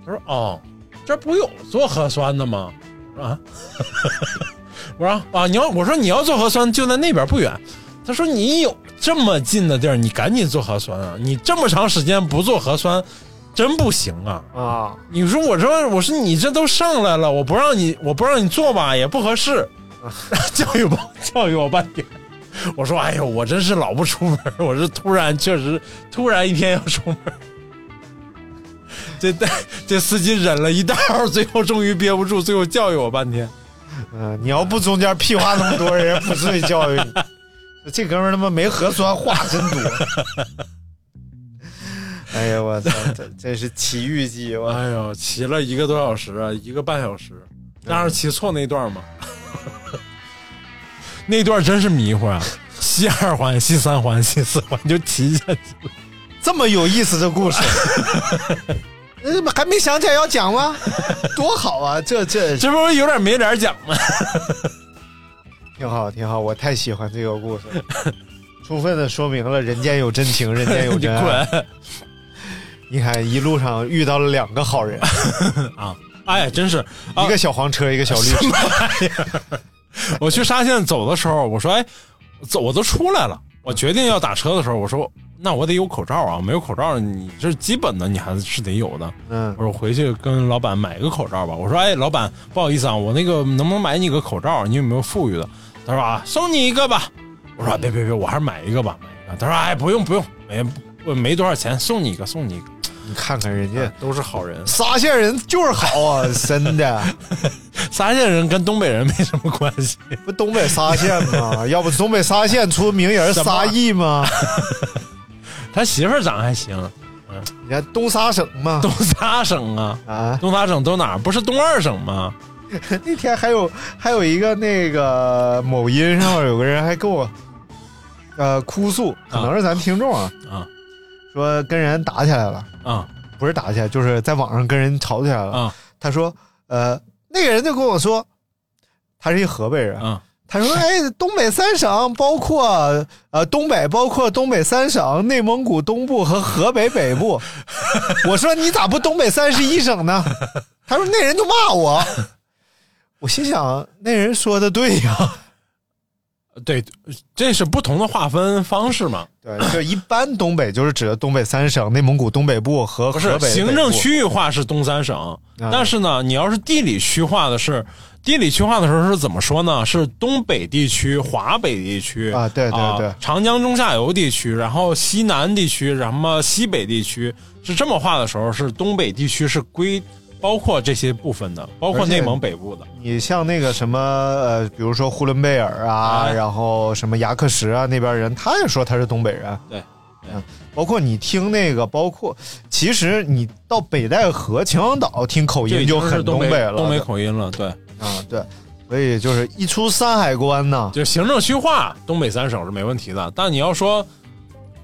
C: 他说哦，这不有做核酸的吗？ 我说啊，我说啊，你要我说你要做核酸就在那边不远。他说你有这么近的地儿，你赶紧做核酸啊！你这么长时间不做核酸，真不行啊！
B: 啊，
C: 你说我这我说你这都上来了，我不让你我不让你做吧，也不合适，教育我教育我半天。我说哎呦，我真是老不出门，我是突然确实突然一天要出门。 这这司机忍了一道，最后终于憋不住，最后教育我半天。
B: 嗯，你要不中间屁话那么多，人家不至于教育你。这哥们儿他妈没核酸，话真多。哎呀，我操，这真是奇遇记！我
C: 哎呦，骑了一个多小时啊，一个半小时，但是骑错那段嘛， 那段真是迷糊啊！ 西二环、西三环、西四环就骑下去了。
B: 这么有意思的故事， 嗯，还没想起来要讲吗？多好啊，这这
C: 这不是有点没脸讲吗？
B: 挺好挺好，我太喜欢这个故事了，充分的说明了人间有真情，人间有
C: 你
B: 真爱。
C: 滚！
B: 你看，一路上遇到了两个好 人，
C: 啊哎，真是啊
B: 一个小黄车，一个小绿车。
C: 我去沙县走的时候，我说哎，走我都出来了，我决定要打车的时候，我说那我得有口罩啊，没有口罩你这是基本的，你还是得有的。
B: 嗯
C: 我说回去跟老板买个口罩吧。我说哎，老板不好意思啊，我那个能不能买你个口罩？你有没有富裕的？他说啊，送你一个吧。我说别别别，我还是买一个吧，买一个。他说哎，不用不用，没不没多少钱，送你一个，送你一个。啊
B: 你看看人家
C: 都是好人，
B: 沙县人就是好 啊，真的。
C: 沙县人跟东北人没什么关系。
B: 不东北沙县 吗？要不东北沙县出名人
C: 什么
B: 沙 溢吗？
C: 他媳妇儿长得还行，
B: 你看东沙省嘛
C: 东三省啊，
B: 啊，
C: 东三省都哪儿？不是东二省吗？
B: 那天还有还有一个那个某音上面有个人还跟我呃哭诉，可能是咱听众啊，
C: 啊
B: 说跟人打起来了，
C: 啊
B: 不是打起来，就是在网上跟人吵起来了。
C: 啊
B: 他说呃，那个人就跟我说，他是一河北人，
C: 啊！
B: 他说：“哎，东北三省包括呃东北，包括东北三省、内蒙古东部和河北 北部。”我说：“你咋不东北三十一省呢？”他说：“那人 就骂我。”我心想，那人说的对呀、
C: 对，这是不同的划分方式嘛？
B: 对，就一般东北就是指的东北三省，内蒙古东北部和
C: 不
B: 河
C: 是，
B: 北的
C: 行
B: 北
C: 政
B: 部啊
C: 区域划是东三省，但是呢，你要是地理区划的是地理区划的时候是怎么说呢？是东北地区、华北地区
B: 啊对对对
C: 长江中下游地区，然后西南地区，然后西北地区是这么划的时候，是东北地区是归包括这些部分的，包括
B: 而且
C: 内蒙北部的。
B: 你像那个什么呃，比如说呼伦贝尔啊，
C: 哎
B: 然后什么牙克石啊那边人，他也说他是东北人。
C: 对
B: 嗯，包括你听那个，包括其实你到北戴河、秦皇岛听口
C: 这
B: 音
C: 已经是
B: 很
C: 东
B: 北了，
C: 东北口音了。对，
B: 啊、对，所以就是一出山海关呢，
C: 就行政区划，东北三省是没问题的。但你要说，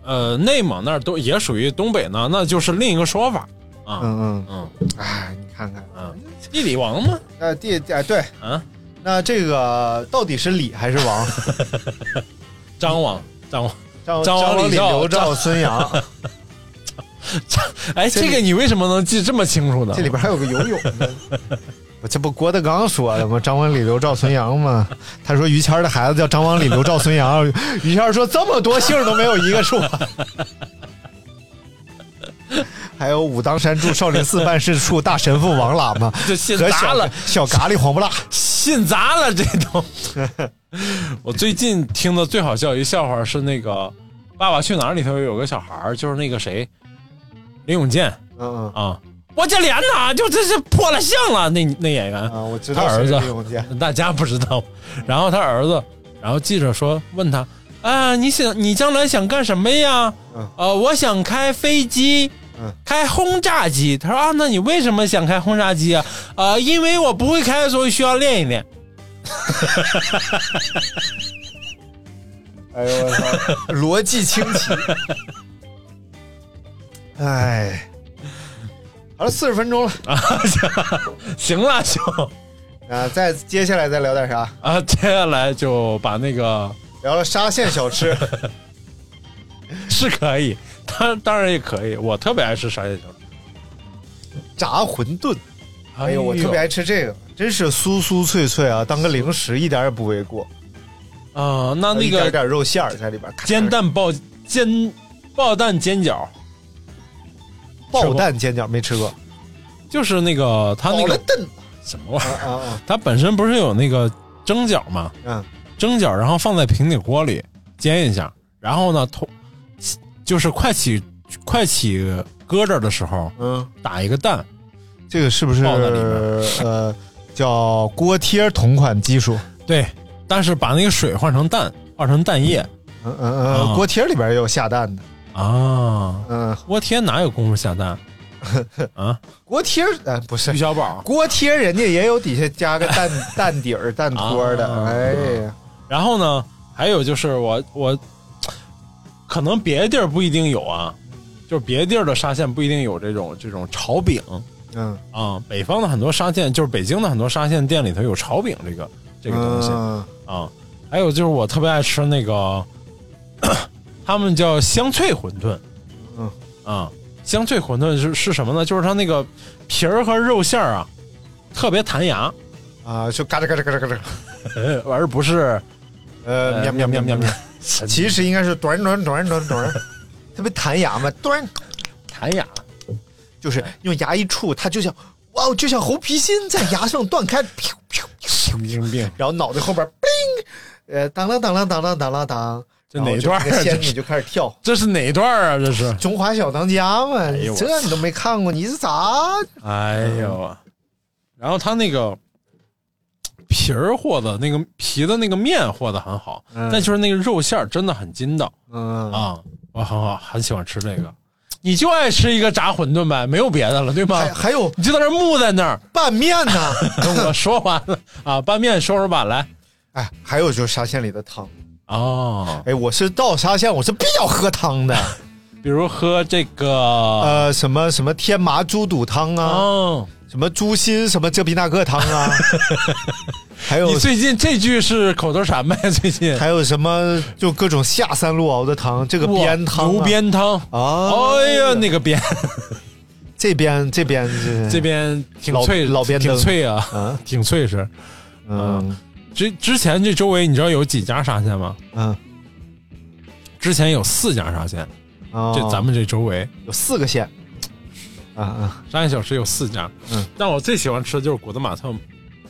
C: 呃，内蒙那儿都也属于东北呢，那就是另一个说法啊。
B: 嗯
C: 嗯
B: 嗯，哎，你看看，
C: 嗯，地理王吗？
B: 呃，第哎对，
C: 啊，
B: 那这个到底是李还是 王？
C: 张王，张王。
B: 张
C: 张王
B: 王、
C: 李
B: 李、
C: 赵
B: 刘、赵、孙杨，
C: 哎，这个你为什么能记这么清楚呢
B: 这？里边还有个游泳 的。我这不郭德纲说的吗？张王李刘赵孙杨吗？他说于谦儿的孩子叫张王李刘赵孙杨，于谦儿说这么多姓儿都没有一个是我。还有武当山住少林寺办事处大神父王喇嘛
C: 这信
B: 和
C: 砸
B: 小
C: 了，
B: 小咖喱黄不辣，
C: 信砸了，这都。 我最近听的最好笑一笑话是那个《爸爸去哪儿》里头有个小孩儿，就是那个谁，林永健
B: 嗯
C: 啊，我这脸哪就这是破了相了，那那演员
B: 嗯啊，我知
C: 他
B: 道
C: 儿
B: 谁
C: 子
B: 是李永健，
C: 大家不知道。然后他儿子，然后记者说问他啊，你想你将来想干什么呀？
B: 嗯
C: 呃，我想开飞机。
B: 嗯
C: 开轰炸机，他说啊，那你为什么想开轰炸机啊？呃，因为我不会开，所以需要练一练。
B: 哎呦我操， 逻辑清奇。 哎，好了，四十分钟了
C: 行了，就
B: 啊，再接下来再聊点啥？
C: 啊，接下来就把那个
B: 聊了沙县小吃，
C: 是可以，当当然也可以，我特别爱吃沙县小吃。
B: 炸馄饨。哎呦，我特别爱吃这个，真是酥酥脆脆啊，当个零食一点也不为过。
C: 啊、那那
B: 呃一点
C: 个
B: 点肉馅儿在里边，咔
C: 煎蛋爆煎爆蛋煎饺，
B: 爆蛋煎饺没吃过，
C: 就是那个他那
B: 爆了
C: 个
B: 蛋
C: 什么玩意儿？
B: 啊啊啊！
C: 它本身不是有那个蒸饺嘛？
B: 嗯，
C: 蒸饺然后放在平底锅里煎一下，然后呢，同就是快起快起疙瘩的时候
B: 嗯，
C: 打一个蛋，
B: 这个是不是
C: 爆在里边
B: 呃叫锅贴同款技术？
C: 对，但是把那个水换成蛋，换成蛋液
B: 嗯嗯嗯，
C: 啊
B: 锅贴里边也有下蛋的。
C: 啊。
B: 嗯，
C: 锅贴哪有功夫下蛋啊？
B: 锅贴呃不是
C: 于小宝，
B: 锅贴，人家也有底下加个 蛋蛋底儿、蛋托的。
C: 啊
B: 哎呀，
C: 然后呢，还有就是我我可能别的地儿不一定有啊，就是别的地儿的沙县不一定有这种这种炒饼
B: 嗯，
C: 啊、北方的很多沙县，就是北京的很多沙县店里头有炒饼这个这个东西啊、
B: 嗯
C: 还有就是我特别爱吃那个， 他们叫香脆馄饨，
B: 嗯
C: 啊、香脆馄饨是是什么呢？就是它那个皮儿和肉馅儿啊，特别弹牙，
B: 啊，就嘎吱嘎吱嘎吱嘎吱，
C: 而不是
B: 呃，喵喵喵喵喵，其实应该是短短短短短，特别弹牙嘛，短
C: 弹牙。
B: 就是用牙一触，它就像哇哦，就像猴皮筋在牙上断开，飘飘
C: 神经病！
B: 然后脑袋后边，bing，呃，当啷当啷当啷当啷当，
C: 这哪段儿啊
B: 然后就那个仙
C: 这是
B: 女就开始跳。
C: 这是哪段啊？这是，
B: 中华小当家嘛，
C: 哎呦
B: 你
C: 我
B: 这你都没看过，你是咋？
C: 哎呦，然后他那个皮儿和的那个皮的那个面和的很好，
B: 嗯
C: 但就是那个肉馅儿真的很筋道
B: 嗯，
C: 啊，我很好，很喜欢吃这个。你就爱吃一个炸馄饨呗，没有别的了，对吗
B: 还？还有
C: 你就在那儿木在那儿。
B: 拌面呢，
C: 我说完了啊，拌面收拾吧，来
B: 哎，还有就是沙县里的汤，
C: 哦，
B: 哎，我是到沙县我是必要喝汤的，
C: 比如喝这个
B: 呃，什么什么天麻猪肚汤啊，
C: 哦，
B: 什么猪心什么这皮那个 汤啊，还有
C: 你最近这句是口头禅呗？最近
B: 还有什么就各种下三路熬的汤，这个
C: 哇
B: 边汤、啊、
C: 牛鞭汤
B: 啊，
C: 哎呀，那个鞭，
B: 这边这边 是
C: 这边挺
B: 老
C: 脆，
B: 老鞭
C: 挺
B: 灯
C: 脆啊，
B: 啊，
C: 挺脆是。
B: 嗯，
C: 之之前这周围你知道有几家沙县吗？
B: 嗯，
C: 之前有四家沙县，
B: 哦
C: 这咱们这周围
B: 有四个县，啊啊，
C: 沙县小吃有四家。
B: 嗯，
C: 但我最喜欢吃的就是果子码头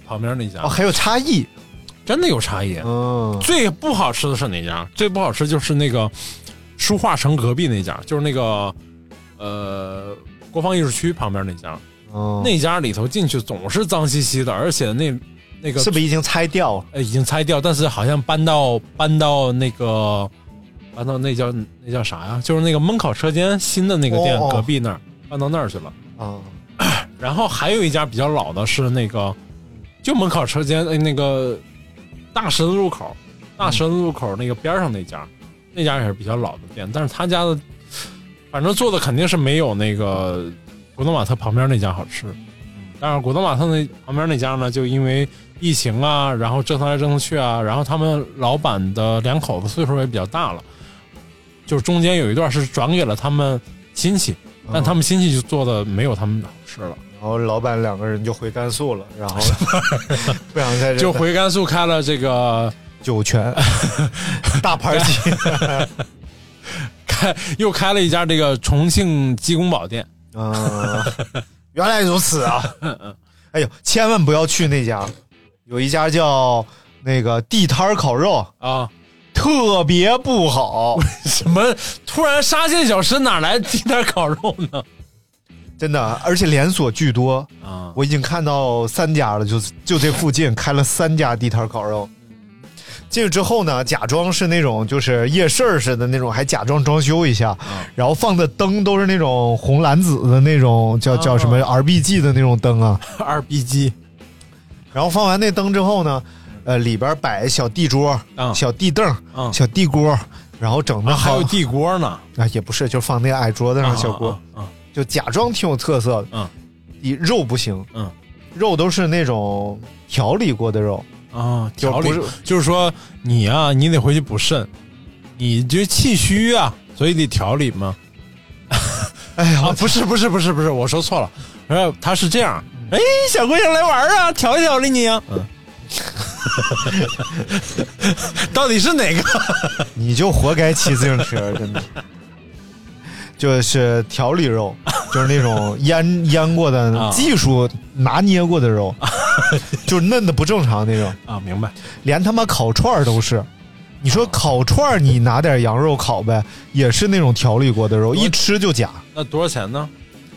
C: 旁边那家，
B: 哦，还有差异，
C: 真的有差异。
B: 嗯，
C: 最不好吃的是哪家？最不好吃就是那个书画城隔壁那家，就是那个呃国防艺术区旁边那家。
B: 哦
C: 那家里头进去总是脏兮兮的，而且那那个
B: 是不是已经拆掉了？
C: 呃已经拆掉，但是好像搬到搬到那个搬到那叫那叫啥呀？就是那个焖烤车间新的那个店
B: 哦哦
C: 隔壁那儿搬到那儿去了。
B: 啊，
C: 然后还有一家比较老的是那个，就门口车间呃那个大十字路口，大十字路口那个边上那家，那家也是比较老的店，但是他家的，反正做的肯定是没有那个古德玛特旁边那家好吃。但是古德玛特那旁边那家呢，就因为疫情啊，然后折腾来折腾去啊，然后他们老板的两口子岁数也比较大了，就是中间有一段是转给了他们亲戚，但他们亲戚就做的没有他们好吃了。
B: 哦然后老板两个人就回甘肃了，然后不想在这
C: 就回甘肃开了这个，
B: 酒 泉大盘 鸡
C: 开又开了一家这个重庆鸡公煲店，
B: 啊， 原来如此啊！哎呦，千万不要去那家，有一家叫那个地摊儿烤肉，
C: 啊，
B: 特别不好，
C: 什么突然沙县小吃哪来地摊烤肉呢？
B: 真的，而且连锁巨多。
C: 啊，
B: 我已经看到三家了，就就这附近开了三家地摊烤肉。进去之后呢，假装是那种就是夜市儿似的那种，还假装装修一下，然后放的灯都是那种红蓝紫的那种，叫叫什么 RBG 的那种灯啊。
C: 二逼鸡
B: 然后放完那灯之后呢，呃，里边摆小地桌、
C: 嗯
B: 小地凳、
C: 嗯啊
B: 小地锅，然后整的
C: 还
B: 好
C: 有地锅呢，
B: 啊，也不是，就放那矮桌子上的小锅，
C: 啊，啊
B: 就假装挺有特色的。
C: 嗯，
B: 以肉不行，
C: 嗯，
B: 肉都是那种调理过的肉，
C: 啊啊，
B: 就
C: 调理
B: 不是
C: 就是说你啊，你得回去补肾，你这气虚啊，所以得调理嘛。哎呀，不是不是不是不是，我说错了，呃，他是这样，哎，小姑娘来玩儿啊，调一调理你啊，嗯， 到底是哪个？
B: 你就活该骑自行 车，真的。就是调 理肉，就是那种腌腌过
C: 啊
B: 的、技术拿捏过 的肉，就是嫩的不正常那种。
C: 啊，明白，
B: 连他妈烤串儿都是。你
C: 啊
B: 说烤串儿，你拿点羊肉烤呗，也是那种调理过的肉，一吃就假，
C: 那多少钱呢？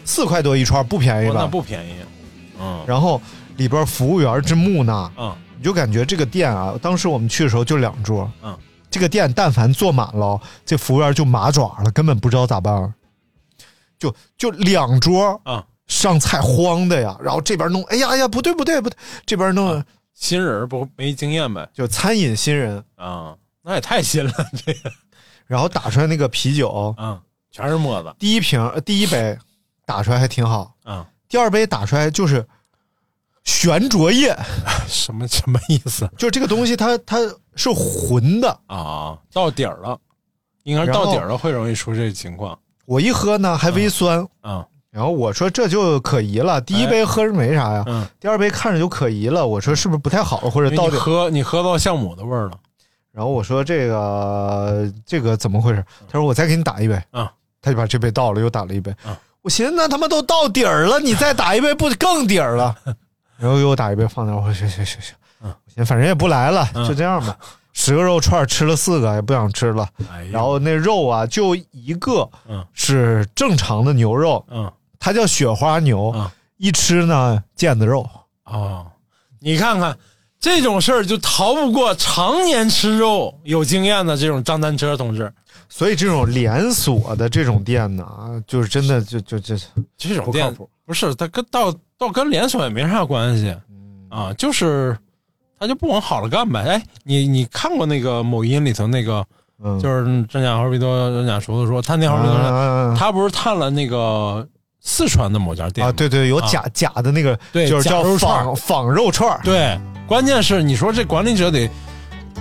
B: 四块多一串儿，不便宜
C: 哦那
B: 吧？
C: 不便宜，嗯
B: 然后里边服务员之木讷，
C: 嗯
B: 你就感觉这个店啊，当时我们去的时候就两桌，
C: 嗯，
B: 这个店但凡坐满了，这服务员就麻爪了，根本不知道咋办，就就两桌
C: 啊，
B: 上菜慌的呀，然后这边弄，哎呀哎呀，不对不对不对，这边弄、
C: 啊新人儿不没经验呗，
B: 就餐饮新人，
C: 啊，那也太新了，这个，
B: 然后打出来那个啤酒，
C: 啊，全是沫子，
B: 第一瓶呃第一杯打出来还挺好，
C: 啊，
B: 第二杯打出来就是悬浊液，
C: 什么什么意思？
B: 就是这个东西它它是浑的，
C: 啊，到底儿了，应该是
B: 然后
C: 到底儿了会容易出这情况
B: 我一喝呢还微酸，
C: 啊。
B: 然后我说这就可疑了，第一杯喝着没啥呀，
C: 哎嗯，
B: 第二杯看着就可疑了，我说是不是不太好或
C: 因
B: 者
C: 为
B: 到
C: 你
B: 底？
C: 喝你喝到酵母的味儿了
B: 然后我说这个这个怎么回事？
C: 嗯
B: 他说我再给你打一杯，
C: 啊，
B: 他就把这杯倒了，又打了一杯，
C: 啊
B: 我寻思那他妈都到底儿了，你再打一杯不更底 儿了？然后又给我打一杯放那儿，我说行行行行，
C: 嗯
B: 我寻思反正也不来了，
C: 嗯
B: 就这 样吧。十个肉串吃了四个，也不想吃了。。
C: 哎呦
B: 然后那肉啊，就一个
C: 嗯
B: 是正常的牛肉，
C: 嗯
B: 它叫雪花牛，
C: 啊
B: 一吃呢腱子肉。
C: 哦，你看看这种事儿就逃不过常年吃肉有经验的这种张单车同志，
B: 所以这种连锁的这种店呢，啊，就是真的就就就
C: 这种
B: 不
C: 店
B: 靠谱。
C: 不是它跟到到跟连锁也没啥关系
B: 嗯
C: 啊，就是他就不往好了干呗。哎，你你看过那个某音里头那个
B: 嗯，
C: 就是真假猴比多真假熟的说，他那猴比多说
B: 啊
C: 他不是探了那个四川的某家店
B: 啊，
C: 吗
B: 对对，有假、假的那个，
C: 对
B: 就是
C: 假
B: 叫
C: 肉串
B: 仿仿肉串儿
C: 对，关键是你说这管理者得，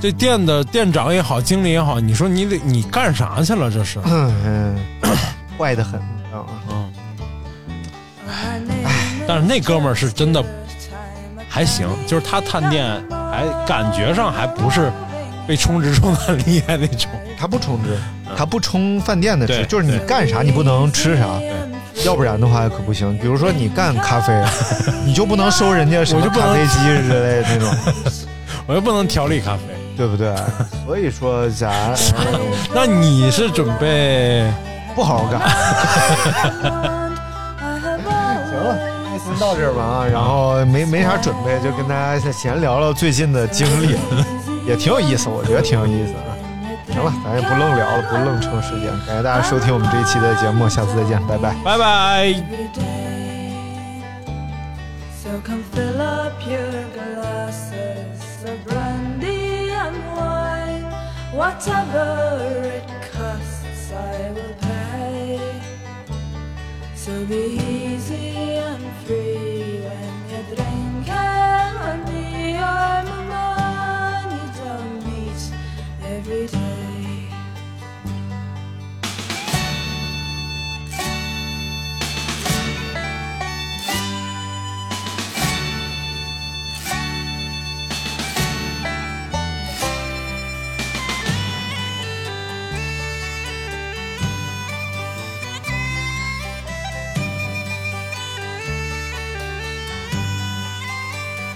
C: 这店的店长也好，经理也好，你说你得你干啥去了？这是，
B: 嗯，嗯坏的很，你知道吗？
C: 嗯，但是那哥们儿是真的还行，就是他探店还感觉上还不是被充值充的很厉害那种。
B: 他不充值，他不充饭店的值
C: 嗯对，
B: 就是你
C: 对
B: 干啥你不能吃啥，要不然的话可不行。比如说你干 咖啡，你就不能收人家什么
C: 我就不能
B: 咖啡机之类的那种，
C: 我又不能调理咖啡。
B: 对不对？所以说咱 呃
C: 那你是准备
B: 不好 好干。行了，那先到这儿吧啊，然后没没啥准备，就跟大家闲聊聊最近的经历， 也挺有意思，我觉得挺有意思啊。行了，咱也不愣聊了，不愣撑时间，感谢大家收听我们这一期的节目，下次再见，拜拜。
C: 拜拜？
D: every day. So come fill up your glasses of brandy and wine. Whatever it costs, I will pay. So be easy and free when you're drinking with me. I'm a man you don't meet every day.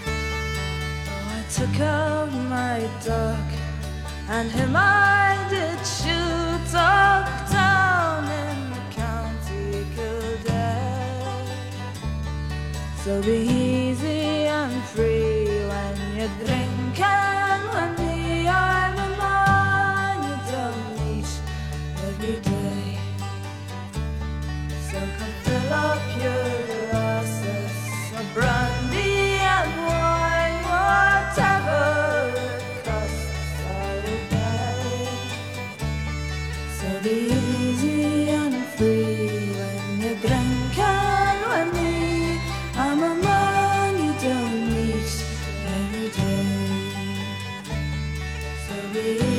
D: I took out my dog and him I did shoot up down in the county Kildare. So be easy and free when you're drinking with me. I'm a man you don't meet every day. So come fill up your glasses of brandy and wine, whatever it costs, I will pay. So be easy and free when you're drinking with me. I'm a man you don't meet every day. So be